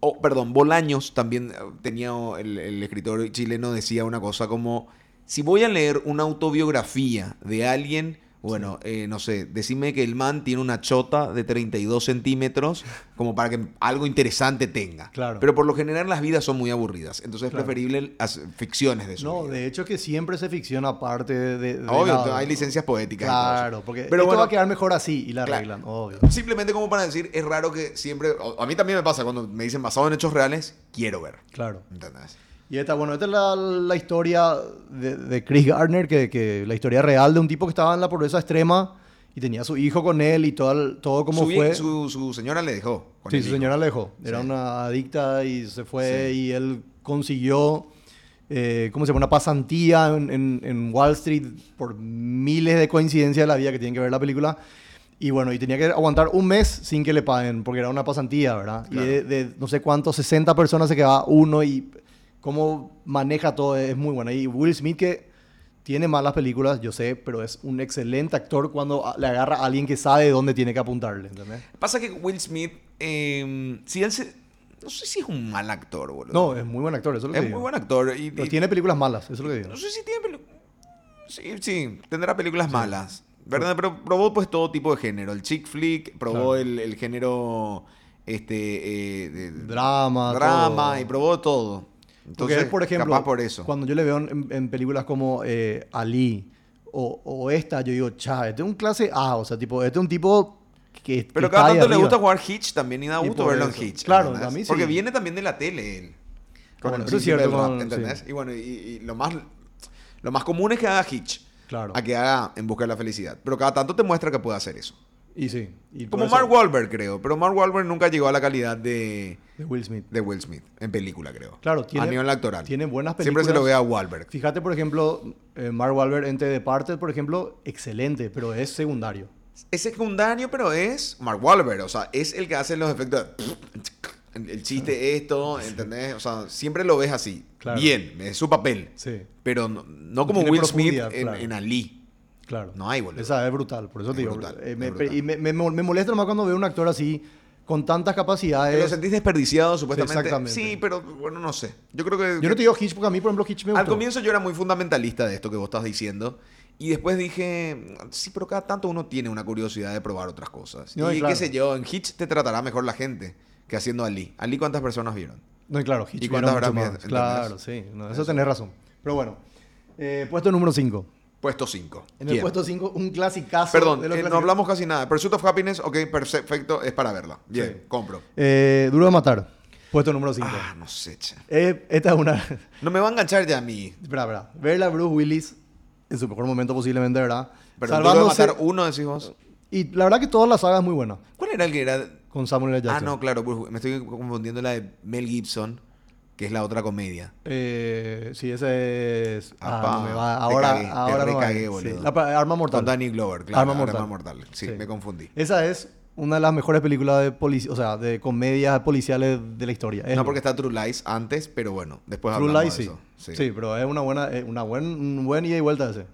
S1: oh, perdón, Bolaños también eh, tenía, oh, el, el escritor chileno decía una cosa como, si voy a leer una autobiografía de alguien, bueno, eh, no sé, decime que el man tiene una chota de 32 centímetros como para que algo interesante tenga.
S2: Claro.
S1: Pero por lo general las vidas son muy aburridas, entonces
S2: Claro.
S1: es preferible el- as- ficciones de su
S2: No,
S1: vida.
S2: de hecho que siempre se ficciona aparte de... de- de
S1: Obvio,
S2: la-
S1: hay licencias poéticas. y todo eso.
S2: Claro, porque
S1: Pero
S2: esto
S1: bueno,
S2: va a quedar mejor así y la
S1: Claro.
S2: arreglan, obvio.
S1: Simplemente como para decir, es raro que siempre... o- A mí también me pasa cuando me dicen basado en hechos reales, quiero ver.
S2: Claro.
S1: ¿Entendés?
S2: Y esta, bueno, esta es la, la historia de, de Chris Gardner, que, que la historia real de un tipo que estaba en la pobreza extrema y tenía a su hijo con él y todo, el- todo como
S1: su, vie-
S2: fue.
S1: su- su señora le dejó. con
S2: Sí,
S1: el
S2: su
S1: hijo.
S2: señora Alejo. Era
S1: Sí.
S2: una adicta y se fue y él consiguió, eh, ¿cómo se llama? Una pasantía en, en- en Wall Street por miles de coincidencias de la vida que tienen que ver la película. Y bueno, y tenía que aguantar un mes sin que le paguen, porque era una pasantía, ¿verdad?
S1: Claro.
S2: Y de, de no sé cuántos, 60 personas se quedaba uno y cómo maneja todo es muy bueno. Y Will Smith que tiene malas películas, yo sé, pero es un excelente actor cuando a- le agarra a alguien que sabe dónde tiene que apuntarle, ¿entendés?
S1: Pasa que Will Smith, eh, si él se... No sé si es un mal actor, boludo.
S2: No, es muy buen actor, eso es lo que
S1: es
S2: digo.
S1: muy buen actor. Y,
S2: Pero
S1: y-
S2: Pues tiene películas malas, eso es lo que digo.
S1: No sé si tiene pelu- Sí, sí, tendrá películas malas. ¿Verdad? Pero probó pues todo tipo de género. El chick flick, probó
S2: Claro.
S1: el, el género este eh, de-
S2: Drama,
S1: drama
S2: todo.
S1: y probó todo. Entonces,
S2: Porque él, por ejemplo,
S1: capaz por eso.
S2: cuando yo le veo en, en películas como eh, Ali o, o esta, yo digo, cha, este es un clase A, o sea, tipo, este es un tipo que. que
S1: Pero
S2: está
S1: cada
S2: ahí
S1: tanto le
S2: arriba.
S1: gusta jugar Hitch también y da
S2: Y
S1: gusto
S2: por
S1: verlo en
S2: eso.
S1: Hitch.
S2: Claro,
S1: ¿entendés?
S2: a mí sí.
S1: Porque viene también de la tele él. Con
S2: Bueno,
S1: el
S2: eso es
S1: príncipe
S2: cierto,
S1: del rap,
S2: con-
S1: ¿entendés?
S2: sí.
S1: Y bueno, y, y lo más lo más común es que haga Hitch.
S2: Claro.
S1: A que haga en busca de la felicidad. Pero cada tanto te muestra que puede hacer eso.
S2: Y sí. y por
S1: Como
S2: eso-
S1: Mark Wahlberg, creo. Pero Mark Wahlberg nunca llegó a la calidad de,
S2: de Will Smith.
S1: de Will Smith en película, creo.
S2: Claro, tiene-
S1: A nivel actoral.
S2: tiene buenas
S1: Siempre se lo
S2: películas.
S1: ve a Wahlberg.
S2: Fíjate, por ejemplo, eh, Mark Wahlberg en The Departed, por ejemplo, excelente, pero es secundario.
S1: Es secundario, pero es Mark Wahlberg. O sea, es el que hace los efectos. de- El chiste, esto, ¿entendés? O sea, siempre lo ves así.
S2: Claro.
S1: Bien, es su papel.
S2: Sí,
S1: Pero no, no como
S2: Tiene
S1: Will Smith
S2: profundidad,
S1: en,
S2: claro.
S1: en Ali.
S2: claro.
S1: No hay, boludo.
S2: Esa es brutal, por eso
S1: Es
S2: te digo.
S1: brutal,
S2: eh,
S1: es
S2: me-
S1: brutal.
S2: Y me, me- me molesta más cuando veo un actor así con tantas capacidades.
S1: Te lo sentís desperdiciado, supuestamente.
S2: exactamente.
S1: Sí, pero bueno, no sé. Yo creo que.
S2: Yo no te digo Hitch porque a mí, por ejemplo, Hitch me
S1: Al
S2: gustó.
S1: comienzo yo era muy fundamentalista de esto que vos estás diciendo. Y después dije, sí, pero cada tanto uno tiene una curiosidad de probar otras cosas.
S2: No,
S1: y
S2: y claro.
S1: qué sé yo, en Hitch te tratará mejor la gente que haciendo Ali. Ali, ¿cuántas personas vieron?
S2: No, y claro, Hitch
S1: ¿Y
S2: vino
S1: cuántas
S2: mucho
S1: habrá
S2: más.
S1: visto?
S2: Claro, sí. no, eso tenés razón. Pero bueno, eh, puesto número 5.
S1: Puesto 5.
S2: En el puesto 5, un clasicazo.
S1: Perdón,
S2: de
S1: eh,
S2: los
S1: no
S2: clásicos.
S1: hablamos casi nada. Pursuit of Happiness, ok, perfecto, es para verla. Bien,
S2: Sí.
S1: compro.
S2: Eh, Duro de matar. Puesto número 5.
S1: Ah, no sé, che.
S2: Eh, esta es una.
S1: No me va a enganchar ya a mí.
S2: Espera, espera. Verla a Bruce Willis en su mejor momento posiblemente, ¿verdad?
S1: Pero duro de matar uno, decís vos.
S2: Y la verdad que toda la saga es muy buena.
S1: ¿Cuál era el que era?
S2: Con Samuel L.
S1: Ah,
S2: Jackson.
S1: no, claro, Bruce- me estoy confundiendo la de Mel Gibson, que es la otra comedia.
S2: Eh, sí, ese es. Ah,
S1: Apa,
S2: no me va.
S1: te
S2: Ahora,
S1: cagué, te
S2: ahora no va.
S1: recagué,
S2: Sí,
S1: boludo.
S2: la pa- arma mortal.
S1: Con Danny Glover, claro.
S2: Arma
S1: Arma
S2: Mortal.
S1: mortal. Sí,
S2: Sí.
S1: me confundí.
S2: Esa es una de las mejores películas de polici- o sea, de comedias policiales de la historia. Es
S1: No porque está True Lies antes, pero bueno, después
S2: True
S1: hablamos
S2: Lies,
S1: de
S2: sí.
S1: eso.
S2: sí. pero es una buena, es una buen, un buen ida y vuelta ese.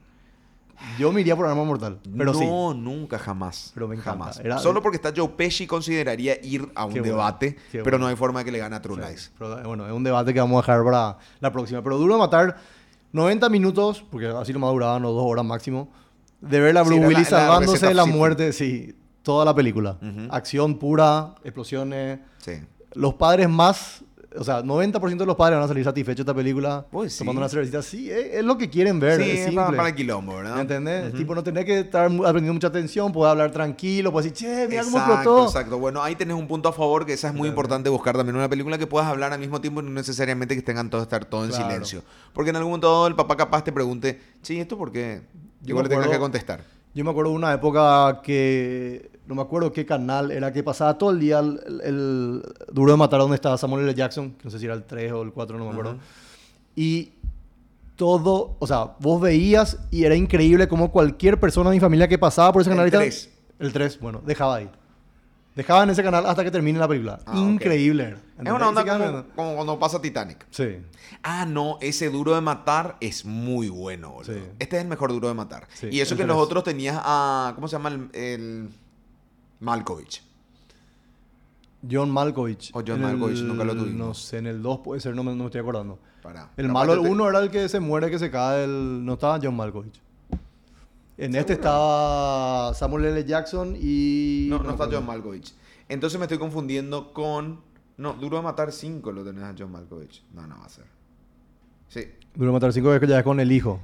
S2: Yo me iría por Arma Mortal, pero
S1: no,
S2: sí.
S1: nunca, jamás.
S2: Pero me encanta.
S1: jamás.
S2: Era-
S1: Solo porque está Joe Pesci consideraría ir a un
S2: Qué bueno,
S1: debate,
S2: qué
S1: pero
S2: bueno.
S1: no hay forma que le gane a True Lies.
S2: Pero, eh, bueno, es un debate que vamos a dejar para la próxima. Pero duro de matar 90 minutos, porque así nomás duraban o dos horas máximo, de ver a
S1: Sí,
S2: Bruce
S1: era la-
S2: Willis
S1: la
S2: salvándose
S1: receta
S2: de la
S1: fácil.
S2: muerte, sí, toda la película.
S1: Ujú.
S2: Acción pura, explosiones.
S1: Sí.
S2: Los padres más, o sea, 90% de los padres van a salir satisfechos de esta película
S1: Pues sí.
S2: tomando una cervecita. Sí, eh, es, es lo que quieren ver.
S1: sí,
S2: es
S1: es para,
S2: simple.
S1: para el quilombo, ¿verdad?
S2: ¿Me entendés? Tipo, no tenés que estar mu- aprendiendo mucha atención, podés hablar tranquilo, podés decir, che, mira cómo
S1: Exacto,
S2: explotó.
S1: exacto. Bueno, ahí tenés un punto a favor que esa es muy importante buscar también una película que puedas hablar al mismo tiempo y no necesariamente que tengan todo estar todo en
S2: Claro.
S1: silencio. Porque en algún momento el papá capaz te pregunte, sí, ¿esto por qué?
S2: Yo
S1: Igual le
S2: me
S1: tengas que
S2: acuerdo-
S1: contestar.
S2: Yo me acuerdo de una época que no me acuerdo qué canal era que pasaba todo el día el, el- el Duro de Matar donde estaba Samuel L. Jackson, que no sé si era el 3 o el 4, no me acuerdo.
S1: Ajá.
S2: Y todo, o sea, vos veías y era increíble como cualquier persona de mi familia que pasaba por ese
S1: El
S2: canal. ahorita-
S1: tres.
S2: El 3, bueno, dejaba ahí. Dejaba en ese canal hasta que termine la película.
S1: Ah, ok.
S2: increíble. era.
S1: Es
S2: ¿Entendés?
S1: una
S2: Y
S1: onda
S2: se quedan
S1: como,
S2: viendo.
S1: como cuando pasa Titanic.
S2: Sí.
S1: Ah, no, ese duro de matar es muy bueno, boludo.
S2: Sí.
S1: Este es el mejor duro de matar.
S2: Sí,
S1: y eso
S2: el
S1: que en los
S2: tres.
S1: otros tenías a. ¿Cómo se llama el. el- Malkovich?
S2: John Malkovich.
S1: O Oh, John
S2: En el-
S1: Malkovich, nunca lo tuvimos.
S2: No sé, en el 2 puede ser, no me, no me estoy acordando.
S1: Pará.
S2: El
S1: Capaz
S2: malo, el
S1: yo te-
S2: 1 era el que se muere, que se cae el... No estaba John Malkovich. En este estaba Samuel L. Jackson y...
S1: No, no está
S2: me
S1: John
S2: acuerdo.
S1: Malkovich. Entonces me estoy confundiendo con. No, Duro de Matar 5 lo tenés a John Malkovich. No, no va a ser. Sí.
S2: Duro de matar 5 veces que ya es con el hijo.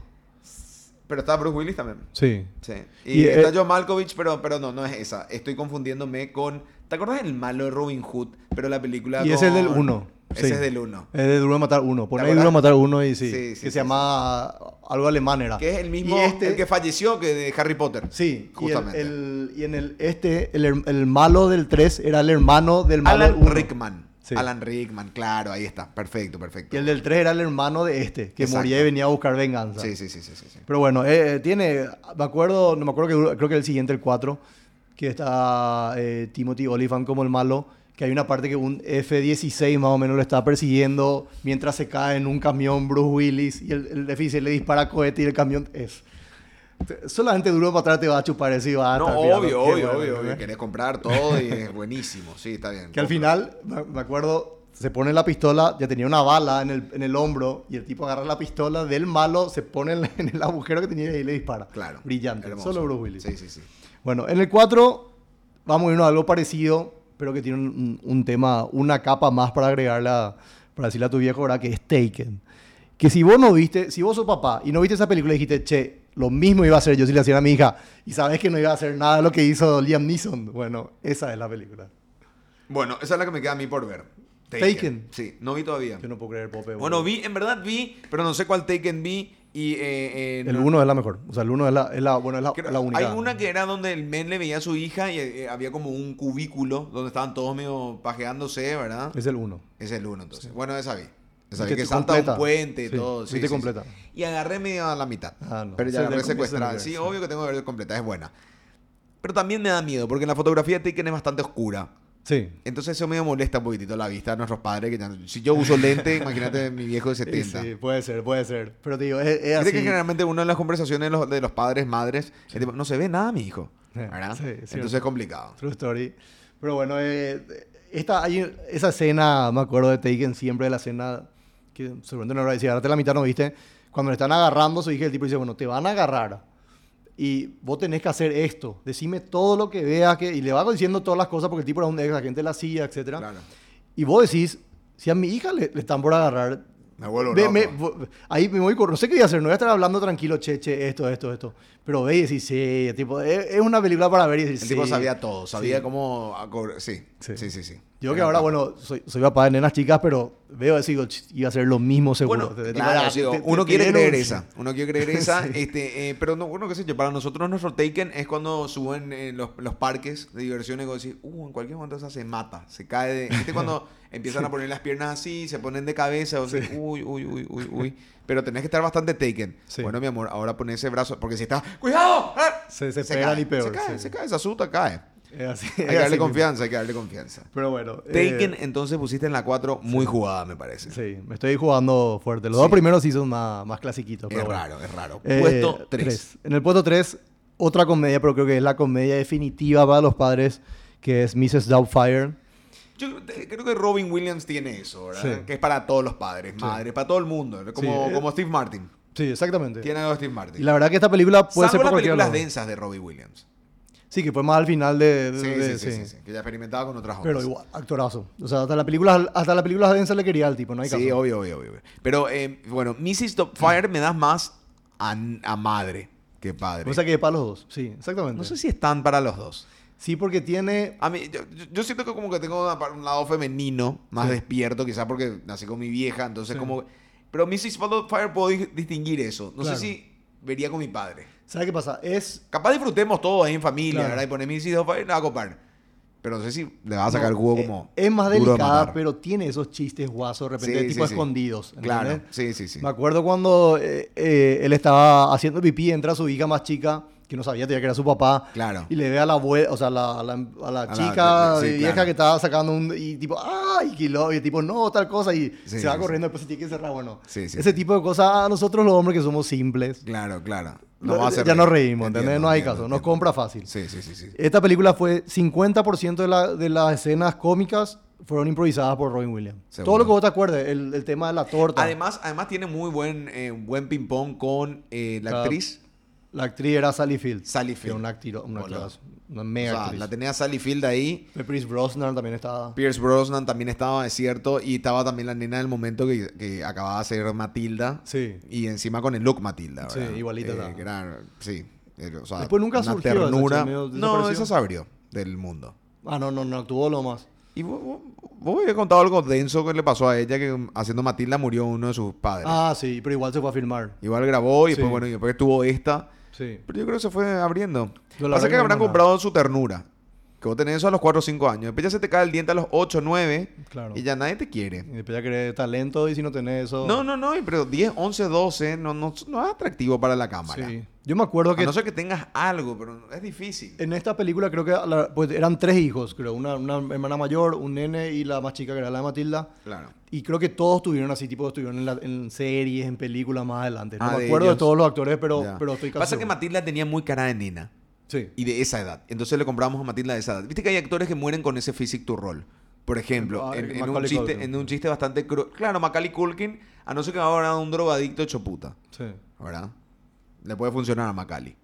S1: Pero está Bruce Willis también.
S2: Sí.
S1: Sí. Y,
S2: Y,
S1: está
S2: eh,
S1: John Malkovich, pero, pero no, no es esa. Estoy confundiéndome con. ¿Te acuerdas del malo de Robin Hood? Pero la película.
S2: Y ese es
S1: con-
S2: del 1.
S1: Ese es del 1.
S2: Es de Duro de Matar 1. Poné
S1: ¿Te
S2: Duro de
S1: acordás?
S2: Matar 1 y sí.
S1: Sí, sí,
S2: que
S1: sí,
S2: se llama algo alemán era.
S1: Que es el mismo.
S2: Y este-
S1: El que falleció que de Harry Potter.
S2: Sí, y, el-
S1: Justamente.
S2: el- y en el este, el, her- el malo del 3 era el hermano del malo
S1: Alan
S2: del uno.
S1: Rickman.
S2: Sí.
S1: Alan Rickman, claro, ahí está. Perfecto, perfecto.
S2: Y el del 3 era el hermano de este, que
S1: Exacto.
S2: moría y venía a buscar venganza.
S1: Sí, sí, sí, sí, sí, sí.
S2: Pero bueno, eh, tiene, me acuerdo, no me acuerdo que dura- creo que el siguiente, el 4, que está eh, Timothy Oliphant como el malo, que hay una parte que un F-16 más o menos lo está persiguiendo mientras se cae en un camión Bruce Willis y el, el F-16 le dispara cohete y el camión es... te- Solamente duro para atrás te va a chupar eso y va a
S1: No,
S2: estar mirando,
S1: obvio,
S2: Ah, qué
S1: obvio,
S2: bueno,
S1: obvio, obvio.
S2: ¿entendés?
S1: Querés comprar todo y es buenísimo. Sí, está bien.
S2: Que al
S1: compro.
S2: final, me- me acuerdo, se pone la pistola, ya tenía una bala en el, en el hombro, y el tipo agarra la pistola del malo, se pone en, la- en el agujero que tenía y ahí le dispara.
S1: Claro.
S2: Brillante.
S1: hermoso.
S2: Solo Bruce Willis.
S1: Sí, sí, sí.
S2: Bueno, en el 4 vamos a irnos a algo parecido, pero que tiene un, un tema, una capa más para agregarla, para decirle a tu viejo, ¿verdad? Que es Taken. Que si vos no viste, si vos sos papá y no viste esa película y dijiste, che, lo mismo iba a hacer yo si le hacía a mi hija, y sabes que no iba a hacer nada de lo que hizo Liam Neeson, bueno, esa es la película.
S1: Bueno, esa es la que me queda a mí por ver.
S2: Taken.
S1: Sí, no vi todavía.
S2: Yo no puedo creer, Pope.
S1: Bueno,
S2: boludo.
S1: vi, en verdad vi, pero no sé cuál Taken vi. Y, eh, eh,
S2: El
S1: no-
S2: 1 es la mejor. O sea, el 1 es la, es la- bueno, es la,
S1: creo-
S2: Ah, la única.
S1: Hay una que era donde el men le veía a su hija y eh, había como un cubículo donde estaban todos medio pajeándose, ¿verdad?
S2: Es el 1.
S1: Es el uno, entonces. Bueno, esa vi. Esa
S2: Y
S1: vi
S2: que
S1: que,
S2: te
S1: salta
S2: completa.
S1: un puente y
S2: Sí,
S1: todo.
S2: viste completa.
S1: Y agarré medio a la mitad.
S2: Ah, no.
S1: Pero
S2: Esa
S1: ya
S2: es del
S1: agarré
S2: comienzo
S1: secuestrada.
S2: del
S1: Sí,
S2: universo.
S1: obvio que tengo que ver completa. Es buena. Pero también me da miedo porque la fotografía de Taken es bastante oscura.
S2: Sí.
S1: Entonces eso medio molesta un poquitito la vista de nuestros padres. que ya- si yo uso lente, imagínate mi viejo de
S2: Sí,
S1: 70.
S2: sí, puede ser, puede ser. Pero te digo, es, es
S1: Viste
S2: así.
S1: que generalmente una de las conversaciones de los, de los padres, madres, es tipo, no se ve nada, mi hijo.
S2: Sí,
S1: ¿Verdad?
S2: sí, es
S1: Entonces
S2: cierto.
S1: es complicado.
S2: True story. Pero bueno, eh, esta, hay esa escena, me acuerdo de Taken siempre, de la escena que seguramente no habrá si agarraste la mitad, ¿no viste? Cuando le están agarrando, su hija, el tipo dice, bueno, te van a agarrar. Y vos tenés que hacer esto. Decime todo lo que veas. Que... Y le vas diciendo todas las cosas porque el tipo era un ex agente de la CIA, etc.
S1: Claro.
S2: Y vos decís, si a mi hija le, le están por agarrar,
S1: Me vuelvo
S2: Ve-
S1: loco.
S2: me- vo- ahí me voy, cor- no sé qué voy a hacer, no voy a estar hablando tranquilo, che, che, esto, esto, esto. Pero ve y decís, sí, tipo, e, es, es una película para ver y decís,
S1: El tipo
S2: sí.
S1: sabía todo, sabía
S2: Sí.
S1: cómo... acor- Sí, sí,
S2: Sí.
S1: sí, sí.
S2: Yo que ahora, bueno, soy, soy papá de nenas chicas, pero veo así, digo, "Ch, iba a ser lo mismo seguro.
S1: Bueno,
S2: Te- te-
S1: claro,
S2: te-
S1: digo,
S2: te-
S1: uno
S2: te
S1: quiere
S2: dieron-
S1: creer esa, uno quiere creer esa,
S2: Sí.
S1: este, eh, pero no, bueno, qué sé yo, para nosotros nuestro Taken es cuando suben eh, los, los parques de diversiones y vos decís, uh, en cualquier momento esa se mata, se cae de, ¿viste cuando empiezan a poner las piernas así, se ponen de cabeza, vos decís, uy, uy, uy, uy, uy, pero tenés que estar bastante Taken,
S2: Sí.
S1: bueno mi amor, ahora pon ese brazo, porque si está, ¡cuidado! ¡Ah!
S2: Se- se pegan
S1: cae,
S2: y peor,
S1: Se cae,
S2: sí.
S1: se cae, se asusta, cae.
S2: Es así,
S1: Hay
S2: es
S1: que
S2: así
S1: darle
S2: mismo.
S1: confianza, hay que darle confianza.
S2: Pero bueno. eh,
S1: Taken, entonces pusiste en la 4 muy jugada, me parece.
S2: sí, me estoy jugando fuerte. Los dos
S1: Sí.
S2: primeros sí son más, más clasiquitos.
S1: Es
S2: pero bueno.
S1: raro, es raro.
S2: Eh,
S1: Puesto 3.
S2: tres. En el puesto 3, otra comedia, pero creo que es la comedia definitiva para los padres, que es Mrs. Doubtfire.
S1: Yo te- creo que Robin Williams tiene eso, ¿verdad?
S2: Sí.
S1: Que es para todos los padres, madres, para todo el mundo. Como,
S2: Sí, eh.
S1: como Steve Martin.
S2: Sí, exactamente.
S1: Tiene algo de Steve
S2: Y
S1: Martin.
S2: la verdad que esta película puede ser
S1: Salvo
S2: para
S1: las
S2: cualquier
S1: películas
S2: lado.
S1: densas de Robin Williams.
S2: Sí, que fue más al final de... de-
S1: Sí,
S2: de-
S1: sí, sí, sí, sí, Que ya experimentaba con otras
S2: Pero
S1: obras.
S2: igual, actorazo. O sea, hasta la película, hasta la película densa le quería al tipo, no hay caso.
S1: Sí, obvio, obvio, obvio. Pero, eh, bueno, Mrs. Topfire me das más a, a madre que padre.
S2: O sea que para los dos, sí, exactamente.
S1: no sé si están para los dos.
S2: Sí, porque tiene...
S1: A mí, yo, yo- yo siento que como que tengo una par- un lado femenino, más
S2: Sí.
S1: despierto, quizás porque nací con mi vieja, entonces
S2: Sí.
S1: como... Pero Mrs. Fire puedo di- distinguir eso. No
S2: Claro.
S1: sé si vería con mi padre.
S2: ¿Sabes qué pasa? Es...
S1: Capaz disfrutemos todos ahí en familia,
S2: Claro.
S1: ¿verdad? Y poner Mrs. Fire, no va a copar. Pero no sé si le va a sacar el
S2: no,
S1: jugo
S2: eh,
S1: como...
S2: Es más
S1: duro de
S2: delicada,
S1: matar.
S2: pero tiene esos chistes guasos de repente,
S1: Sí,
S2: tipo
S1: sí, sí.
S2: escondidos.
S1: Claro,
S2: ¿entendés?
S1: sí, sí, sí.
S2: Me acuerdo cuando eh, eh, él estaba haciendo pipí, entra su hija más chica, que no sabía todavía que era su papá.
S1: Claro.
S2: Y le ve a la abue- o sea, la- a la, a la
S1: la-
S2: chica
S1: sí,
S2: vieja
S1: claro.
S2: que estaba sacando un. Y tipo, ¡ay! Y, lo, y el tipo, no, tal cosa. Y
S1: Sí,
S2: se va
S1: sí.
S2: corriendo, después se tiene que cerrar. Bueno,
S1: Sí, sí,
S2: ese
S1: sí.
S2: tipo de cosas, a nosotros los hombres que somos simples,
S1: Claro, claro.
S2: No,
S1: va a hacer
S2: ya nos
S1: reír.
S2: reímos, ¿entendés?
S1: Entiendo,
S2: No hay
S1: entiendo,
S2: caso, nos
S1: entiendo.
S2: compra fácil.
S1: Sí, sí, sí, sí.
S2: Esta película fue 50% de, la- de las escenas cómicas fueron improvisadas por Robin Williams.
S1: Seguro.
S2: Todo lo que vos te acuerdes, el, el tema de la torta.
S1: Además, además tiene muy buen, eh, buen ping-pong con eh, la
S2: Ah,
S1: actriz.
S2: La actriz era Sally Field.
S1: Sally
S2: Que era
S1: Field.
S2: una actriz, una,
S1: Boludo.
S2: actriz, una
S1: O
S2: mega
S1: sea,
S2: actriz.
S1: la tenía Sally Field ahí.
S2: Pierce Brosnan también estaba.
S1: Pierce Brosnan también estaba, es cierto, y estaba también la nena del momento que, que acababa de ser Matilda.
S2: Sí.
S1: Y encima con el look Matilda,
S2: Sí,
S1: ¿verdad?
S2: igualita
S1: Eh,
S2: la-
S1: que era- sí. eh, o sea,
S2: Después nunca
S1: una
S2: surgió esa,
S1: ternura.
S2: che, medio
S1: no,
S2: desapareció.
S1: esa se abrió del mundo.
S2: Ah, no, no, no actuó lo más.
S1: Y vos, vos, vos habías contado algo denso que le pasó a ella, que haciendo Matilda murió uno de sus padres.
S2: Ah, sí, pero igual se fue a filmar.
S1: Igual grabó y después,
S2: Sí.
S1: bueno, y después estuvo esta.
S2: Sí.
S1: Pero yo creo que se fue abriendo.
S2: Yo la
S1: Pasa que,
S2: verdad que no
S1: habrán
S2: digo
S1: comprado su ternura. Que vos tenés eso a los 4 o 5 años. Después ya se te cae el diente a los 8 o 9.
S2: Claro.
S1: Y ya nadie te quiere.
S2: Y después ya querés talento y si no tenés eso.
S1: No, no, no, y pero 10, 11, 12 no, no, no es atractivo para la cámara.
S2: Sí. Yo me acuerdo
S1: A
S2: que
S1: Ah,
S2: Eh,
S1: no ser que tengas algo, pero es difícil.
S2: en esta película creo que la- pues, eran tres hijos, creo. Una, una hermana mayor, un nene y la más chica que era la de Matilda.
S1: Claro.
S2: Y creo que todos tuvieron así, tipo, estuvieron en, la- en series, en películas más adelante. No
S1: Ah,
S2: me
S1: de
S2: acuerdo
S1: ellos.
S2: de todos los actores, pero,
S1: Ya.
S2: pero estoy casi
S1: Pasa que
S2: seguro.
S1: Matilda tenía muy cara de nena
S2: Sí.
S1: y de esa edad. Entonces le compramos a Matilda de esa edad. Viste que hay actores que mueren con ese physique to roll. Por ejemplo,
S2: Ah,
S1: en, en un
S2: Macaulay
S1: chiste,
S2: Culkin.
S1: en un chiste bastante cru- Claro, Macaulay Culkin, a no ser que ahora un drogadicto hecho puta,
S2: Sí.
S1: ¿verdad? Le puede funcionar a Macaulay.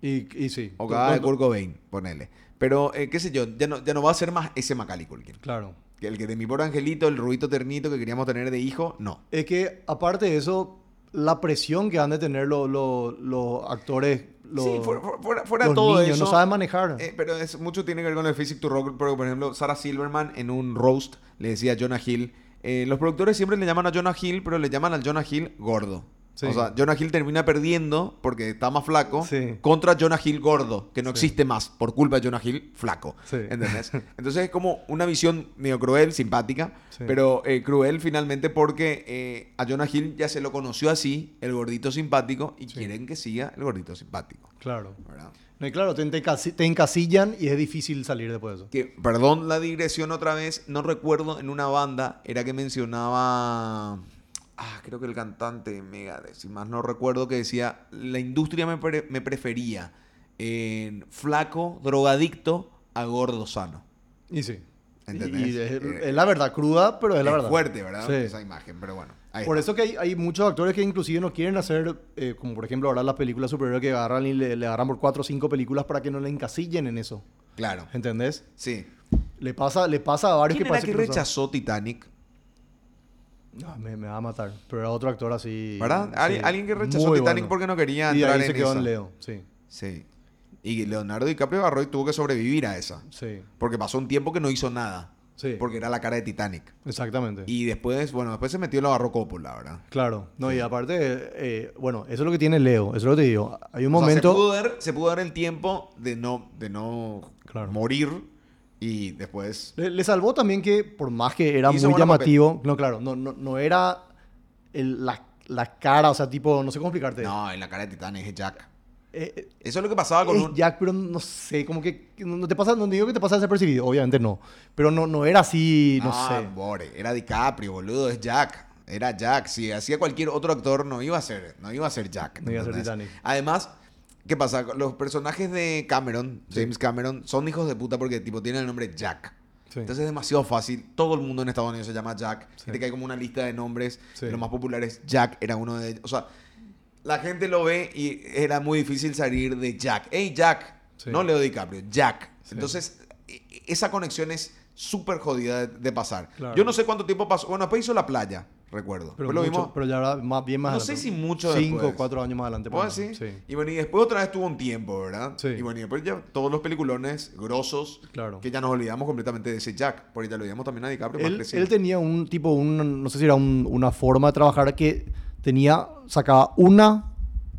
S2: Y, y sí.
S1: O cada de
S2: Con-
S1: Kurt Cobain, ponele. Pero, eh, qué sé yo, ya no, ya no va a ser más ese Macaulay Culkin.
S2: Claro.
S1: Que El que de mi pobre angelito, el rubito ternito que queríamos tener de hijo, no.
S2: Es que, aparte de eso, la presión que han de tener los, los, los actores, los,
S1: sí, fuera, fuera- fuera- fuera
S2: los
S1: todo
S2: niños,
S1: eso.
S2: no saben manejar.
S1: eh, pero es, mucho tiene que ver con el physique to rock. Pero, por ejemplo, Sarah Silverman en un roast le decía a Jonah Hill. eh, los productores siempre le llaman a Jonah Hill, pero le llaman al Jonah Hill gordo.
S2: Sí.
S1: O sea, Jonah Hill termina perdiendo porque está más flaco
S2: Sí.
S1: contra Jonah Hill gordo, que no
S2: Sí.
S1: existe más por culpa de Jonah Hill flaco.
S2: Sí.
S1: ¿Entendés? Entonces es como una visión medio cruel, simpática,
S2: Sí.
S1: pero eh, cruel finalmente porque eh, a Jonah Hill ya se lo conoció así, el gordito simpático, y quieren que siga el gordito simpático.
S2: Claro.
S1: ¿verdad?
S2: No, y claro, te, te encasi- te encasillan y es difícil salir después de eso.
S1: Que, perdón la digresión otra vez, no recuerdo, en una banda era que mencionaba, ah, creo que el cantante de Megadeth, si más no recuerdo, que decía, la industria me, pre- me prefería en flaco, drogadicto, a gordo sano.
S2: Y sí.
S1: ¿Entendés?
S2: Y es,
S1: Eh,
S2: es la verdad cruda, pero es la
S1: es
S2: verdad.
S1: fuerte, ¿verdad?
S2: Sí.
S1: Esa imagen, pero bueno. ahí
S2: Por
S1: está.
S2: eso que hay, hay muchos actores que inclusive no quieren hacer, eh, como por ejemplo ahora las películas superiores que agarran y le, le agarran por cuatro o cinco películas para que no le encasillen en eso.
S1: Claro.
S2: ¿Entendés?
S1: Sí.
S2: Le pasa, le pasa a varios
S1: ¿Quién
S2: que
S1: era
S2: parece
S1: que
S2: que no saben.
S1: rechazó Titanic?
S2: Ah, me, me va a matar. Pero era otro actor así.
S1: ¿Verdad? Al-
S2: sí,
S1: alguien que rechazó
S2: muy
S1: Titanic
S2: bueno.
S1: porque no quería
S2: Y
S1: entrar
S2: ahí se
S1: en
S2: quedó
S1: esa.
S2: en Leo. Sí.
S1: Sí. Y Leonardo DiCaprio agarró y tuvo que sobrevivir a esa.
S2: Sí.
S1: Porque pasó un tiempo que no hizo nada.
S2: Sí.
S1: Porque era la cara de Titanic.
S2: Exactamente.
S1: Y después, bueno, después se metió en la barro Coppola, ¿verdad?
S2: Claro. No, y aparte, eh, bueno, eso es lo que tiene Leo. Eso es lo que te digo. Hay un
S1: O sea,
S2: momento.
S1: se, pudo dar, se pudo dar el tiempo de no, de no
S2: Claro.
S1: morir y después...
S2: Le, le salvó también que, por más que era
S1: Hizo
S2: muy
S1: buena
S2: llamativo, no, claro, no, no, no era el- la, la cara, o sea, tipo, no sé cómo explicarte.
S1: No, en la cara de Titanic es Jack.
S2: Eh, eh,
S1: Eso es lo que pasaba con
S2: es
S1: un...
S2: Jack, pero no sé, como que que no no te pasa, no digo que te pasa desapercibido, obviamente no, pero no, no era así, no
S1: Ah,
S2: sé.
S1: Bore, era DiCaprio, boludo, es Jack. Era Jack. Si hacía cualquier otro actor, no iba a ser, no iba a ser Jack.
S2: No iba a ser
S1: ¿entendés?
S2: Titanic.
S1: Además, ¿qué pasa? Los personajes de Cameron, James Cameron, son hijos de puta porque tipo tienen el nombre Jack.
S2: Sí.
S1: Entonces es demasiado fácil. Todo el mundo en Estados Unidos se llama Jack.
S2: Sí.
S1: Viste que hay como una lista de nombres.
S2: Sí.
S1: Los más populares, Jack era uno de ellos. O sea, la gente lo ve y era muy difícil salir de Jack. ¡Ey, Jack!
S2: Sí.
S1: No Leo DiCaprio, Jack.
S2: Sí.
S1: Entonces, e- e- esa conexión es súper jodida de, de pasar.
S2: Claro.
S1: Yo no sé cuánto tiempo pasó. Bueno, después hizo La Playa, recuerdo.
S2: pero,
S1: Después lo
S2: mucho-
S1: vimos.
S2: pero ya habrá más, bien más
S1: No sé si mucho
S2: Cinco
S1: después.
S2: o cuatro años más adelante.
S1: ¿Vos
S2: ponele.
S1: decís?
S2: Sí,
S1: Y bueno, y después otra vez tuvo un tiempo, ¿verdad?
S2: Sí.
S1: Y bueno, y después ya todos los peliculones grosos
S2: claro.
S1: que ya nos olvidamos completamente de ese Jack. Por ahí ya lo olvidamos también a DiCaprio. más
S2: Él,
S1: crecido.
S2: él tenía un tipo, un, no sé si era un- una forma de trabajar que tenía, sacaba una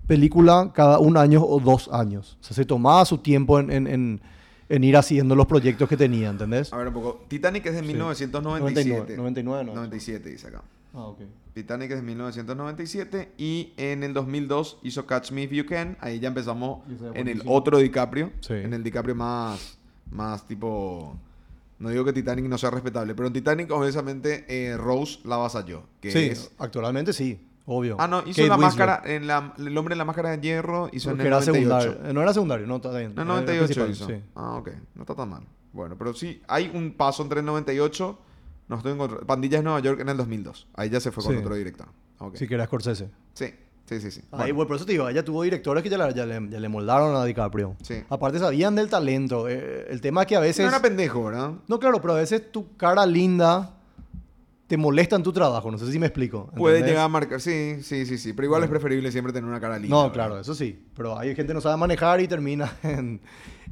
S2: película cada un año o dos años. O sea, se tomaba su tiempo en, en- en- en ir haciendo los proyectos que tenía, ¿entendés?
S1: A ver un poco. Titanic es de
S2: Sí.
S1: 1997.
S2: 99, no.
S1: 97 dice acá.
S2: Ah, ok.
S1: Titanic es de 1997 y en el 2002 hizo Catch Me If You Can. Ahí ya empezamos
S2: Y esa es
S1: en el
S2: buenísima.
S1: otro DiCaprio.
S2: Sí.
S1: En el DiCaprio más, más tipo... No digo que Titanic no sea respetable, pero en Titanic obviamente eh, Rose la vasalló. Que
S2: Sí,
S1: es...
S2: actualmente sí, obvio.
S1: Ah, no, hizo
S2: Kate
S1: la
S2: Winslet,
S1: máscara, en la, el hombre en la máscara de hierro hizo en
S2: que
S1: el
S2: era
S1: 98.
S2: secundario. Eh, No era secundario, no, está bien.
S1: No,
S2: era el
S1: 98
S2: principal,
S1: hizo.
S2: sí.
S1: Ah, ok. No está tan mal. Bueno, pero sí, hay un paso entre el 98. No estoy encontrando. Pandillas Nueva York en el 2002. Ahí ya se fue con
S2: Sí.
S1: otro director. Ah, Ok.
S2: Sí, que era Scorsese.
S1: Sí, sí, sí. sí.
S2: Ahí,
S1: Bueno,
S2: bueno, por eso te digo, ella tuvo directores que ya, la- ya le, ya le moldaron a DiCaprio.
S1: Sí.
S2: Aparte sabían del talento. eh, el tema es que a
S1: no
S2: veces...
S1: era pendejo, ¿verdad?
S2: No, claro, pero a veces tu cara linda te molesta en tu trabajo. No sé si me explico. ¿entendés?
S1: Puede llegar a marcar. Sí, sí, sí, sí. Pero igual es
S2: Bueno.
S1: preferible siempre tener una cara linda.
S2: No,
S1: ¿verdad?
S2: claro, eso sí. Pero hay gente que no sabe manejar y termina en,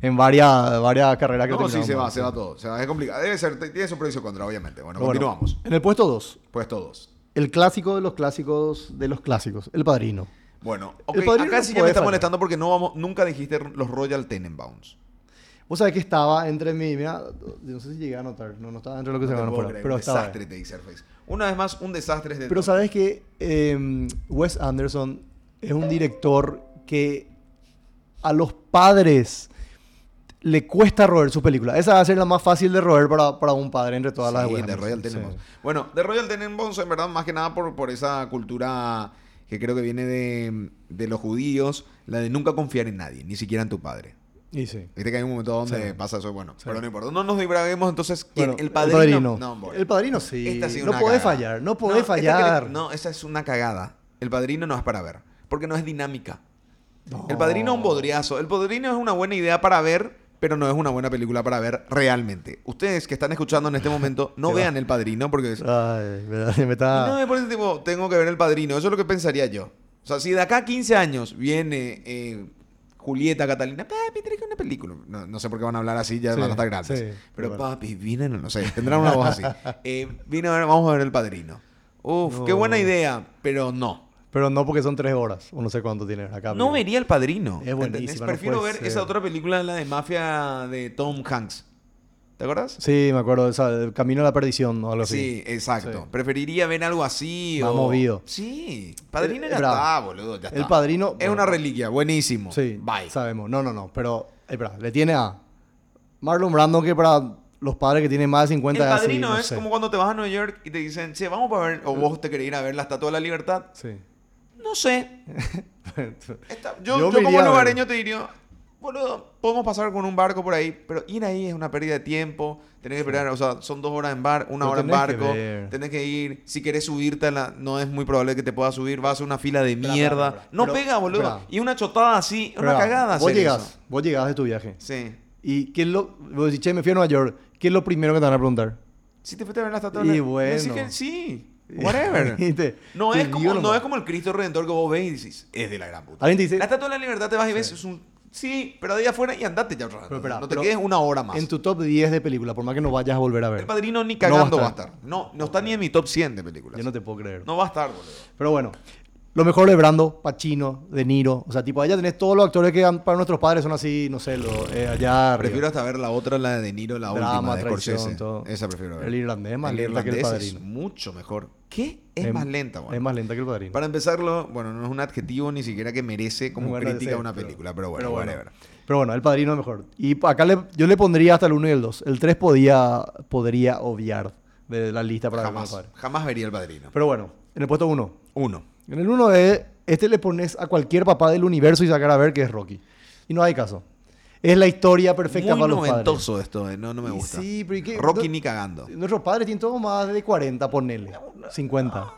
S2: en varias, varias carreras que
S1: No, sí,
S2: terminaron
S1: se va,
S2: mal,
S1: se va todo. Se va, es complicado. Debe ser, tiene su pro y su contra, obviamente. Bueno,
S2: Pero bueno,
S1: continuamos.
S2: En el puesto 2,
S1: Pues todos.
S2: el clásico de los clásicos de los clásicos, El Padrino.
S1: Bueno, ok,
S2: El padrino
S1: acá
S2: no
S1: sí que
S2: puede
S1: me está
S2: fallar.
S1: molestando porque no vamos, nunca dijiste los Royal Tenenbaums.
S2: Vos sabés que estaba entre mí, mira, no sé si llegué a anotar, no, no estaba entre lo que se
S1: No te
S2: ganó
S1: puedo
S2: fuera,
S1: creer,
S2: pero
S1: un
S2: estaba.
S1: desastre, te dice Airface. Una vez más, un desastre es de
S2: Pero
S1: todo.
S2: sabes que eh, Wes Anderson es un director que a los padres le cuesta roer su película. Esa va a ser la más fácil de roer para, para un padre entre todas las
S1: Sí,
S2: Wes
S1: de
S2: Anderson.
S1: Royal
S2: Sí.
S1: Tenenbaums. Bueno, de Royal Tenenbaums, en verdad, más que nada por, por esa cultura que creo que viene de, de los judíos, la de nunca confiar en nadie, ni siquiera en tu padre.
S2: Y sí.
S1: Viste que hay un momento donde
S2: Sí.
S1: pasa eso, bueno,
S2: Sí.
S1: pero no importa. No nos divaguemos, entonces, ¿quién?
S2: Bueno,
S1: el padrino. No,
S2: No,
S1: bueno.
S2: el padrino sí.
S1: Esta ha sido
S2: no
S1: una
S2: puede
S1: cagada.
S2: fallar, no
S1: No,
S2: puede
S1: esta que le-
S2: fallar.
S1: no, esa es una cagada. El padrino no es para ver, porque no es dinámica. El Padrino es un bodriazo. El Padrino es una buena idea para ver, pero no es una buena película para ver realmente. Ustedes que están escuchando en este momento, no
S2: Te va.
S1: vean El Padrino porque... es-
S2: Ay, me, me está...
S1: No, me parece tipo, tengo que ver El Padrino. Eso es lo que pensaría yo. O sea, si de acá a 15 años viene eh, Julieta, Catalina, papi, traje una película. No, no sé por qué van a hablar así, ya
S2: Sí,
S1: van a estar grandes.
S2: sí,
S1: pero
S2: bueno.
S1: papi, vine, no, no sé, tendrán una voz así. Eh, vine a ver, vamos a ver El Padrino. Uf, qué
S2: No.
S1: buena idea, pero no.
S2: Pero no porque son tres horas, o no sé cuánto tiene acá.
S1: No
S2: pero-
S1: vería El Padrino.
S2: Es buenísima,
S1: ¿entendés?
S2: no
S1: Prefiero
S2: puede
S1: ver
S2: ser.
S1: esa otra película, la de mafia de Tom Hanks. ¿Te acuerdas?
S2: Sí, me acuerdo, de esa, de Camino a la Perdición o algo así.
S1: Sí, exacto.
S2: Sí.
S1: Preferiría ver algo así.
S2: Más
S1: o...
S2: movido.
S1: Sí. Padrino
S2: Eh,
S1: ya
S2: bravo.
S1: está, boludo. ya
S2: El
S1: está.
S2: Padrino,
S1: Es
S2: bueno.
S1: una reliquia, buenísimo.
S2: Sí,
S1: Bye.
S2: sabemos. No, no, no. Pero, eh, espera, le tiene a Marlon Brando, que para los padres que tienen más de 50
S1: El
S2: así,
S1: padrino
S2: no
S1: es
S2: sé.
S1: como cuando te vas a Nueva York y te dicen, che, vamos para ver, o vos te querés ir a ver la Estatua de la Libertad.
S2: Sí.
S1: No sé. Está- yo
S2: Yo
S1: yo
S2: me
S1: como
S2: iría a ver.
S1: lugareño te diría, Boludo, podemos pasar con un barco por ahí, pero ir ahí es una pérdida de tiempo. Tenés que esperar, o sea, son dos horas en bar, una
S2: Lo
S1: hora en
S2: tenés que
S1: barco.
S2: ver.
S1: tenés que ir. Si querés subirte, a la- no es muy probable que te puedas subir. Vas a una fila de
S2: Espera,
S1: mierda.
S2: espera, espera.
S1: No
S2: Pero-
S1: pega, boludo.
S2: espera.
S1: Y una chotada así, una
S2: Pero,
S1: cagada.
S2: Vos
S1: hacer
S2: llegás,
S1: eso.
S2: vos llegás de tu viaje.
S1: Sí.
S2: ¿Y qué es lo...? Vos decís, che, me fui a Nueva York. ¿Qué es lo primero que te van a preguntar?
S1: Si te fuiste a ver las
S2: Y
S1: tatuajes.
S2: bueno.
S1: sí. Whatever.
S2: ¿Viste?
S1: No
S2: Te
S1: es,
S2: digo
S1: como,
S2: nomás.
S1: no es como el Cristo Redentor que vos ves y dices, es de la gran puta.
S2: Alguien te dice...
S1: La estatua de la libertad te vas y ves, es un. Sí, pero de ahí afuera y andate ya otra vez.
S2: Pero espera,
S1: no te
S2: pero
S1: quedes una hora más.
S2: En tu top 10 de película, por más que no vayas a volver a ver.
S1: El padrino ni cagando
S2: No
S1: va a
S2: va a
S1: estar. No, no está ni en mi top 100 de películas.
S2: Yo no te puedo creer.
S1: No va a estar, boludo.
S2: Pero bueno, lo mejor de Brando, Pacino, De Niro. O sea, tipo, allá tenés todos los actores que han- para nuestros padres son así, no sé, lo, eh, allá. arriba.
S1: Prefiero hasta ver la otra, la de De Niro, la
S2: Drama,
S1: última de
S2: traición,
S1: Scorsese.
S2: todo.
S1: Esa prefiero ver.
S2: El irlandés más
S1: El
S2: lenta que El
S1: irlandés es
S2: Padrino.
S1: mucho mejor. ¿Qué? Es, más lenta, boludo.
S2: Em, Es más lenta que el padrino.
S1: Para empezarlo, bueno, no es un adjetivo ni siquiera que merece como
S2: Bueno,
S1: crítica
S2: sí,
S1: a una
S2: pero-
S1: película, pero bueno, whatever.
S2: Pero bueno, el padrino es mejor. Y pa- acá le- yo le pondría hasta el 1 y el 2. El 3 podía, podría obviar de la lista para ver con el
S1: Jamás,
S2: padre.
S1: jamás vería el padrino.
S2: Pero bueno, en el puesto 1.
S1: Uno.
S2: En el 1 es, este le pones a cualquier papá del universo y sacar a ver que es Rocky. Y no hay caso. Es la historia perfecta
S1: Muy
S2: para los padres.
S1: noventoso esto, eh, no, no me
S2: Y
S1: gusta.
S2: sí, pero ¿y qué?
S1: Rocky
S2: No-
S1: ni cagando.
S2: Nuestros padres tienen todos más de 40, ponele. 50.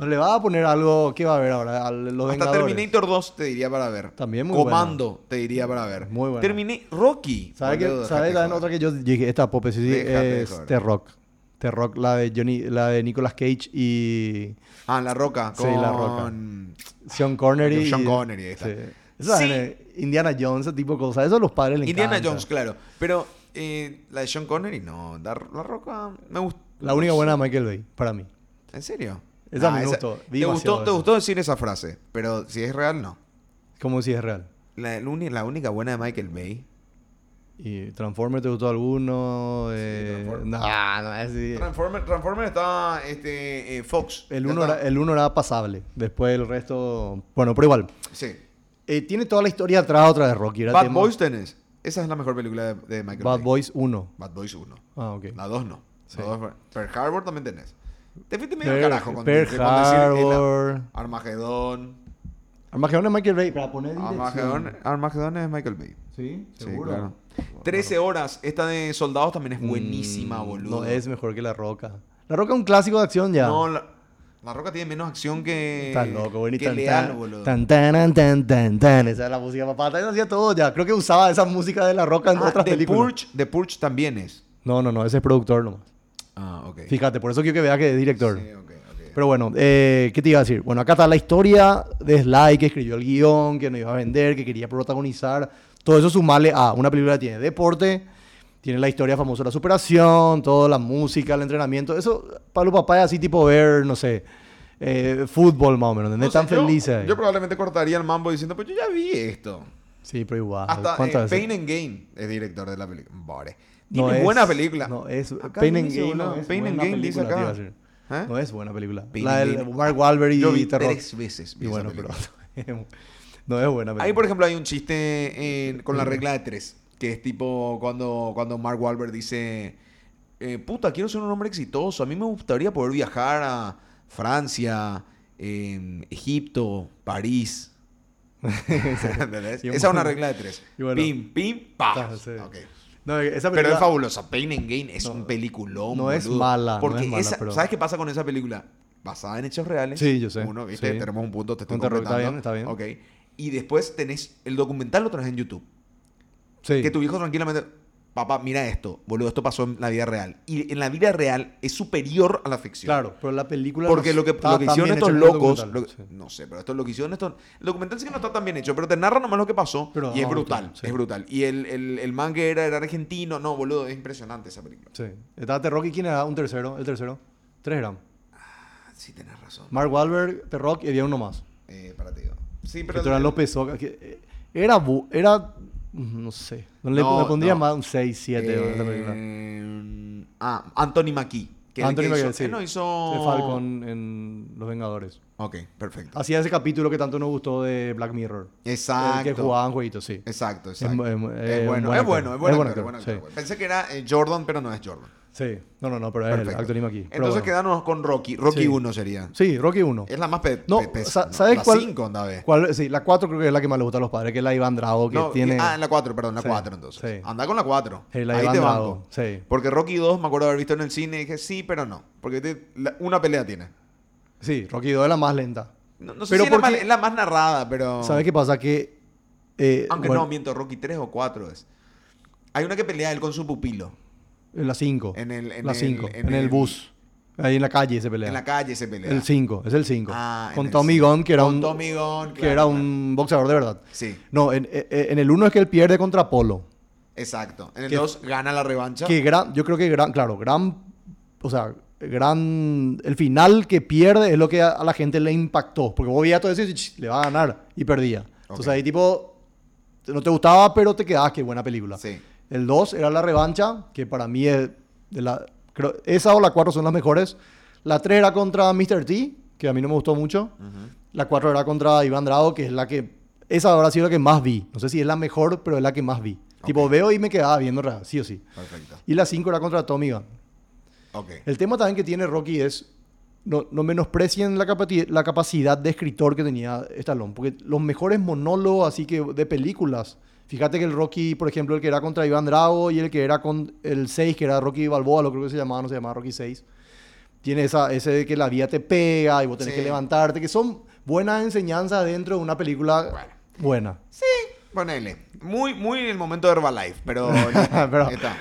S2: No le va a poner algo. ¿Qué va a haber ahora? A los
S1: Hasta
S2: Vengadores.
S1: Terminator 2 te diría para ver.
S2: También muy
S1: Comando te diría para ver.
S2: Muy bueno.
S1: Terminé Rocky.
S2: ¿Sabes qué?
S1: boludo,
S2: ¿Sabes
S1: déjate
S2: la
S1: joder.
S2: otra que yo dije? Esta Pope, sí, sí,
S1: Déjate
S2: es
S1: joder.
S2: The Rock. The Rock, la de, Johnny, la de Nicolas Cage y
S1: Ah, La Roca.
S2: Sí,
S1: Con...
S2: La Roca. Sean Connery.
S1: Sean
S2: y-
S1: Connery, ahí está.
S2: Sí. Esa
S1: Sí.
S2: es, eh, Indiana Jones, ese tipo de cosas. Eso a los padres les
S1: Indiana
S2: encanta.
S1: Jones, claro. Pero eh, la de Sean Connery, no. La, La Roca me gustó.
S2: La única buena de Michael Bay, para mí.
S1: ¿En serio? Ah,
S2: Esa me gustó. Vi
S1: ¿Te gustó,
S2: demasiado
S1: te
S2: eso.
S1: gustó decir esa frase, pero si es real, no.
S2: Como si es real.
S1: La, el uni- la única buena de Michael Bay.
S2: ¿Y Transformer te gustó alguno? Eh,
S1: Transformer.
S2: no, no, es
S1: Transformer, Transformer estaba este, eh, Fox.
S2: El
S1: Ya
S2: 1
S1: está.
S2: era, eh, el uno era pasable. Después el resto. Bueno, pero igual.
S1: Sí.
S2: Eh, tiene toda la historia atrás otra de Rocky. era
S1: Bad
S2: tema-
S1: Boys tenés. Esa es la mejor película de, de Michael
S2: Bad
S1: Bay.
S2: Boys 1.
S1: Bad Boys 1.
S2: Ah, ok.
S1: La 2 no.
S2: Sí.
S1: La dos fue- Pearl Harbor también tenés. Te fuiste medio al
S2: Pearl-
S1: carajo con,
S2: Pearl
S1: con decir el-
S2: Harbor.
S1: Armagedón.
S2: Armagedón es Michael Bay. Para poner dirección.
S1: Armagedón, Armagedón es Michael Bay.
S2: Sí,
S1: Sí,
S2: seguro.
S1: claro. 13 horas. Esta de Soldados también es buenísima,
S2: Mm,
S1: boludo.
S2: No, es mejor que La Roca. La Roca es un clásico de acción ya.
S1: No, la, La Roca tiene menos acción que.
S2: Está loco,
S1: que
S2: bonito. Tan,
S1: Leal,
S2: tan,
S1: boludo.
S2: tan, tan, tan, tan, tan. Esa es la música papá. Eso hacía todo ya. Creo que usaba esa música de La Roca en
S1: Ah,
S2: otras
S1: The
S2: películas.
S1: Purge, The Purge también es.
S2: No, no, no. Ese es productor nomás.
S1: Ah, ok.
S2: Fíjate, por eso quiero que veas que es director.
S1: Sí, ok, ok.
S2: Pero bueno, eh, ¿qué te iba a decir? Bueno, acá está la historia de Sly, que escribió el guión, que no iba a vender, que quería protagonizar. Todo eso sumale a una película que tiene deporte, tiene la historia famosa de la superación, toda la música, el entrenamiento. Eso, Pablo Papá es así tipo ver, no sé, eh, fútbol más o menos, ¿entendés?
S1: No sé,
S2: Están
S1: yo-
S2: felices ahí.
S1: Yo, probablemente cortaría el mambo diciendo, pues yo ya vi esto.
S2: Sí, pero igual.
S1: Hasta eh,
S2: Ah, ¿cuántas veces?
S1: Pain and Game es director de la película. Vore.
S2: No
S1: Tiene
S2: es-
S1: buena película.
S2: No, es
S1: Acá
S2: Pain and
S1: dice,
S2: Game.
S1: boludo,
S2: no es
S1: Pain and
S2: buena
S1: Game dice
S2: película, te iba a
S1: acá.
S2: decir.
S1: ¿Eh?
S2: No es buena película.
S1: Pain
S2: la
S1: and
S2: del
S1: Gain.
S2: Mark Wahlberg y
S1: Yo vi
S2: The Rock.
S1: tres veces. vi
S2: Y
S1: esa
S2: bueno, pero
S1: película.
S2: no es buena película.
S1: Ahí, por ejemplo, hay un chiste en- con la regla de tres. Que es tipo cuando, cuando Mark Wahlberg dice: eh, Puta, quiero ser un hombre exitoso. A mí me gustaría poder viajar a Francia, em, Egipto, París. ¿Entendés?
S2: Y un-
S1: Esa es una regla de tres.
S2: y bueno.
S1: pim, pim, pa.
S2: Ah, sí.
S1: Ok.
S2: No, esa
S1: Pero es
S2: película-
S1: fabulosa. Pain and Gain es
S2: No,
S1: un peliculón.
S2: no es
S1: boludo.
S2: mala, no
S1: Porque
S2: es mala,
S1: esa-
S2: pero-
S1: ¿sabes qué pasa con esa película? Basada en hechos reales.
S2: Sí, yo sé,
S1: Uno, ¿viste?
S2: sí.
S1: Tenemos un punto, te estoy
S2: No te ro- está
S1: completando.
S2: bien, está
S1: Ok. Y después tenés el documental, lo tenés en YouTube.
S2: Sí.
S1: Que tu hijo tranquilamente. Papá, mira esto, boludo, esto pasó en la vida real. Y en la vida real es superior a la ficción.
S2: Claro, pero la película.
S1: Porque
S2: no
S1: lo que,
S2: está
S1: lo que
S2: tan
S1: hicieron
S2: bien
S1: estos
S2: hecha como el
S1: locos.
S2: documental,
S1: lo que-
S2: sí.
S1: No sé, pero esto lo que hicieron estos. El documental sí que no está tan bien hecho, pero te narra nomás lo que pasó.
S2: Pero
S1: y es
S2: ah,
S1: brutal.
S2: sí.
S1: Es brutal. Y el, el, el man que era, era argentino. No, boludo, es impresionante esa película.
S2: Sí. Estaba The Rock y quién era un tercero, el tercero. Tres eran.
S1: Ah, Sí, tenés razón.
S2: Mark Wahlberg, The Rock y había uno más.
S1: Eh, para ti. Sí,
S2: Que
S1: pero.
S2: era López Oca. que, eh, era. bu- era mm, no sé. No le,
S1: No,
S2: le pondría
S1: no.
S2: más un 6, 7.
S1: Eh,
S2: esa película.
S1: ah, Anthony Mackie. Que
S2: Anthony
S1: Anthony
S2: Mackie,
S1: Mackie,
S2: sí.
S1: no hizo.
S2: De Falcon en Los Vengadores.
S1: Ok, perfecto.
S2: Hacía ese capítulo que tanto nos gustó de Black Mirror.
S1: Exacto.
S2: El que jugaban jueguitos, sí.
S1: Exacto, exacto.
S2: bu-
S1: Es,
S2: es bu-
S1: bueno,
S2: es
S1: es bueno, es
S2: buen actor.
S1: bueno,
S2: Es buen
S1: actor,
S2: actor,
S1: buen actor,
S2: sí.
S1: bueno. Pensé que era eh, Jordan, pero no es Jordan.
S2: Sí, no, no, no, pero es el
S1: Perfecto.
S2: actor aquí.
S1: Entonces quedarnos con Rocky. Rocky
S2: Sí.
S1: 1 sería.
S2: Sí, Rocky 1.
S1: Es la más pe
S2: No,
S1: pe- pe-
S2: sa-
S1: no,
S2: ¿sabes
S1: la
S2: cuál?
S1: 5 onda vez.
S2: ¿Cuál? Sí, la 4 creo que es la que más le gusta a los padres, que es la de Iván Drago, que
S1: E. No,
S2: tiene...
S1: Ah, en la 4, perdón, la
S2: Sí,
S1: 4 entonces.
S2: sí.
S1: Anda con la 4.
S2: Sí, la de
S1: Ahí
S2: Iván
S1: te
S2: Drago,
S1: banco.
S2: sí.
S1: Porque Rocky 2 me acuerdo haber visto en el cine y dije sí, pero no. Porque te- la- una pelea tiene.
S2: Sí, Rocky 2 es la más lenta.
S1: No, no sé
S2: Pero
S1: si es la
S2: porque-
S1: más- es la más narrada, pero...
S2: ¿Sabes qué pasa? Que... eh,
S1: Aunque
S2: bueno,
S1: no, miento, Rocky 3 o 4 es. Hay una que pelea él con su pupilo.
S2: En la 5.
S1: En el- en
S2: la
S1: el-
S2: 5.
S1: en
S2: En, el
S1: el-
S2: bus. Ahí en la calle se pelea.
S1: En la calle se pelea.
S2: El 5, es el 5.
S1: Ah, en
S2: con
S1: el
S2: Tommy
S1: cinco.
S2: Gunn, que era
S1: Con
S2: un,
S1: Tommy Gunn,
S2: que
S1: claro,
S2: era
S1: claro.
S2: un boxeador de verdad.
S1: Sí,
S2: No, en, en- en el 1 es que él pierde contra Polo.
S1: exacto. En el
S2: Que-
S1: 2 gana la revancha.
S2: Que gran, yo creo que gran, claro, gran, o sea, gran, el final que pierde es lo que a, a la gente le impactó. Porque vos veías todo eso y decís, "Ch, le va a ganar y perdía. Entonces
S1: Ok.
S2: ahí tipo, no te gustaba, pero te quedabas, qué buena película.
S1: Sí.
S2: El 2 era la revancha, que para mí es de la, creo, esa o la 4 son las mejores. La 3 era contra Mr. T, que a mí no me gustó mucho.
S1: Ujú.
S2: La 4 era contra Iván Drago, que es la que. Esa habrá sido la que más vi. No sé si es la mejor, pero es la que más vi. Tipo,
S1: Ok.
S2: veo y me quedaba viendo, ra- sí o sí.
S1: Perfecto.
S2: Y la 5 era contra Tommy Gunn.
S1: Ok.
S2: El tema también que tiene Rocky es. No, no menosprecien la, capati- la capacidad de escritor que tenía Stallone. Porque los mejores monólogos, así que de películas. Fíjate que el Rocky, por ejemplo, el que era contra Iván Drago y el que era con el 6, que era Rocky Balboa, lo creo que se llamaba, no se llamaba Rocky 6. Tiene esa, ese de que la vida te pega y vos tenés
S1: Sí.
S2: que levantarte, que son buenas enseñanzas dentro de una película
S1: Bueno.
S2: buena.
S1: Ponele. Muy, muy en el momento de Herbalife, pero. listo,
S2: Pero-
S1: está.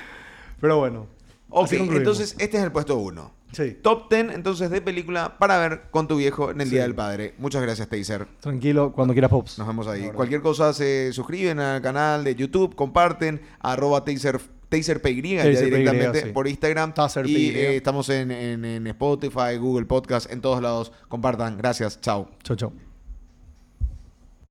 S2: Pero bueno.
S1: Ok,
S2: así concluimos.
S1: entonces este es el puesto 1.
S2: Sí,
S1: Top 10 entonces de película para ver con tu viejo en el Día
S2: Sí.
S1: del Padre. Muchas gracias, Taser.
S2: tranquilo, cuando quieras, Pops.
S1: Nos vemos ahí.
S2: Ahora.
S1: Cualquier cosa se suscriben al canal de YouTube, comparten, arroba taser, taserpy ya
S2: TaserPY,
S1: directamente
S2: sí.
S1: por Instagram.
S2: TaserPY.
S1: Y eh, estamos en, en- en Spotify, Google Podcast, en todos lados. Compartan. Gracias. Chao.
S2: Chau, chau.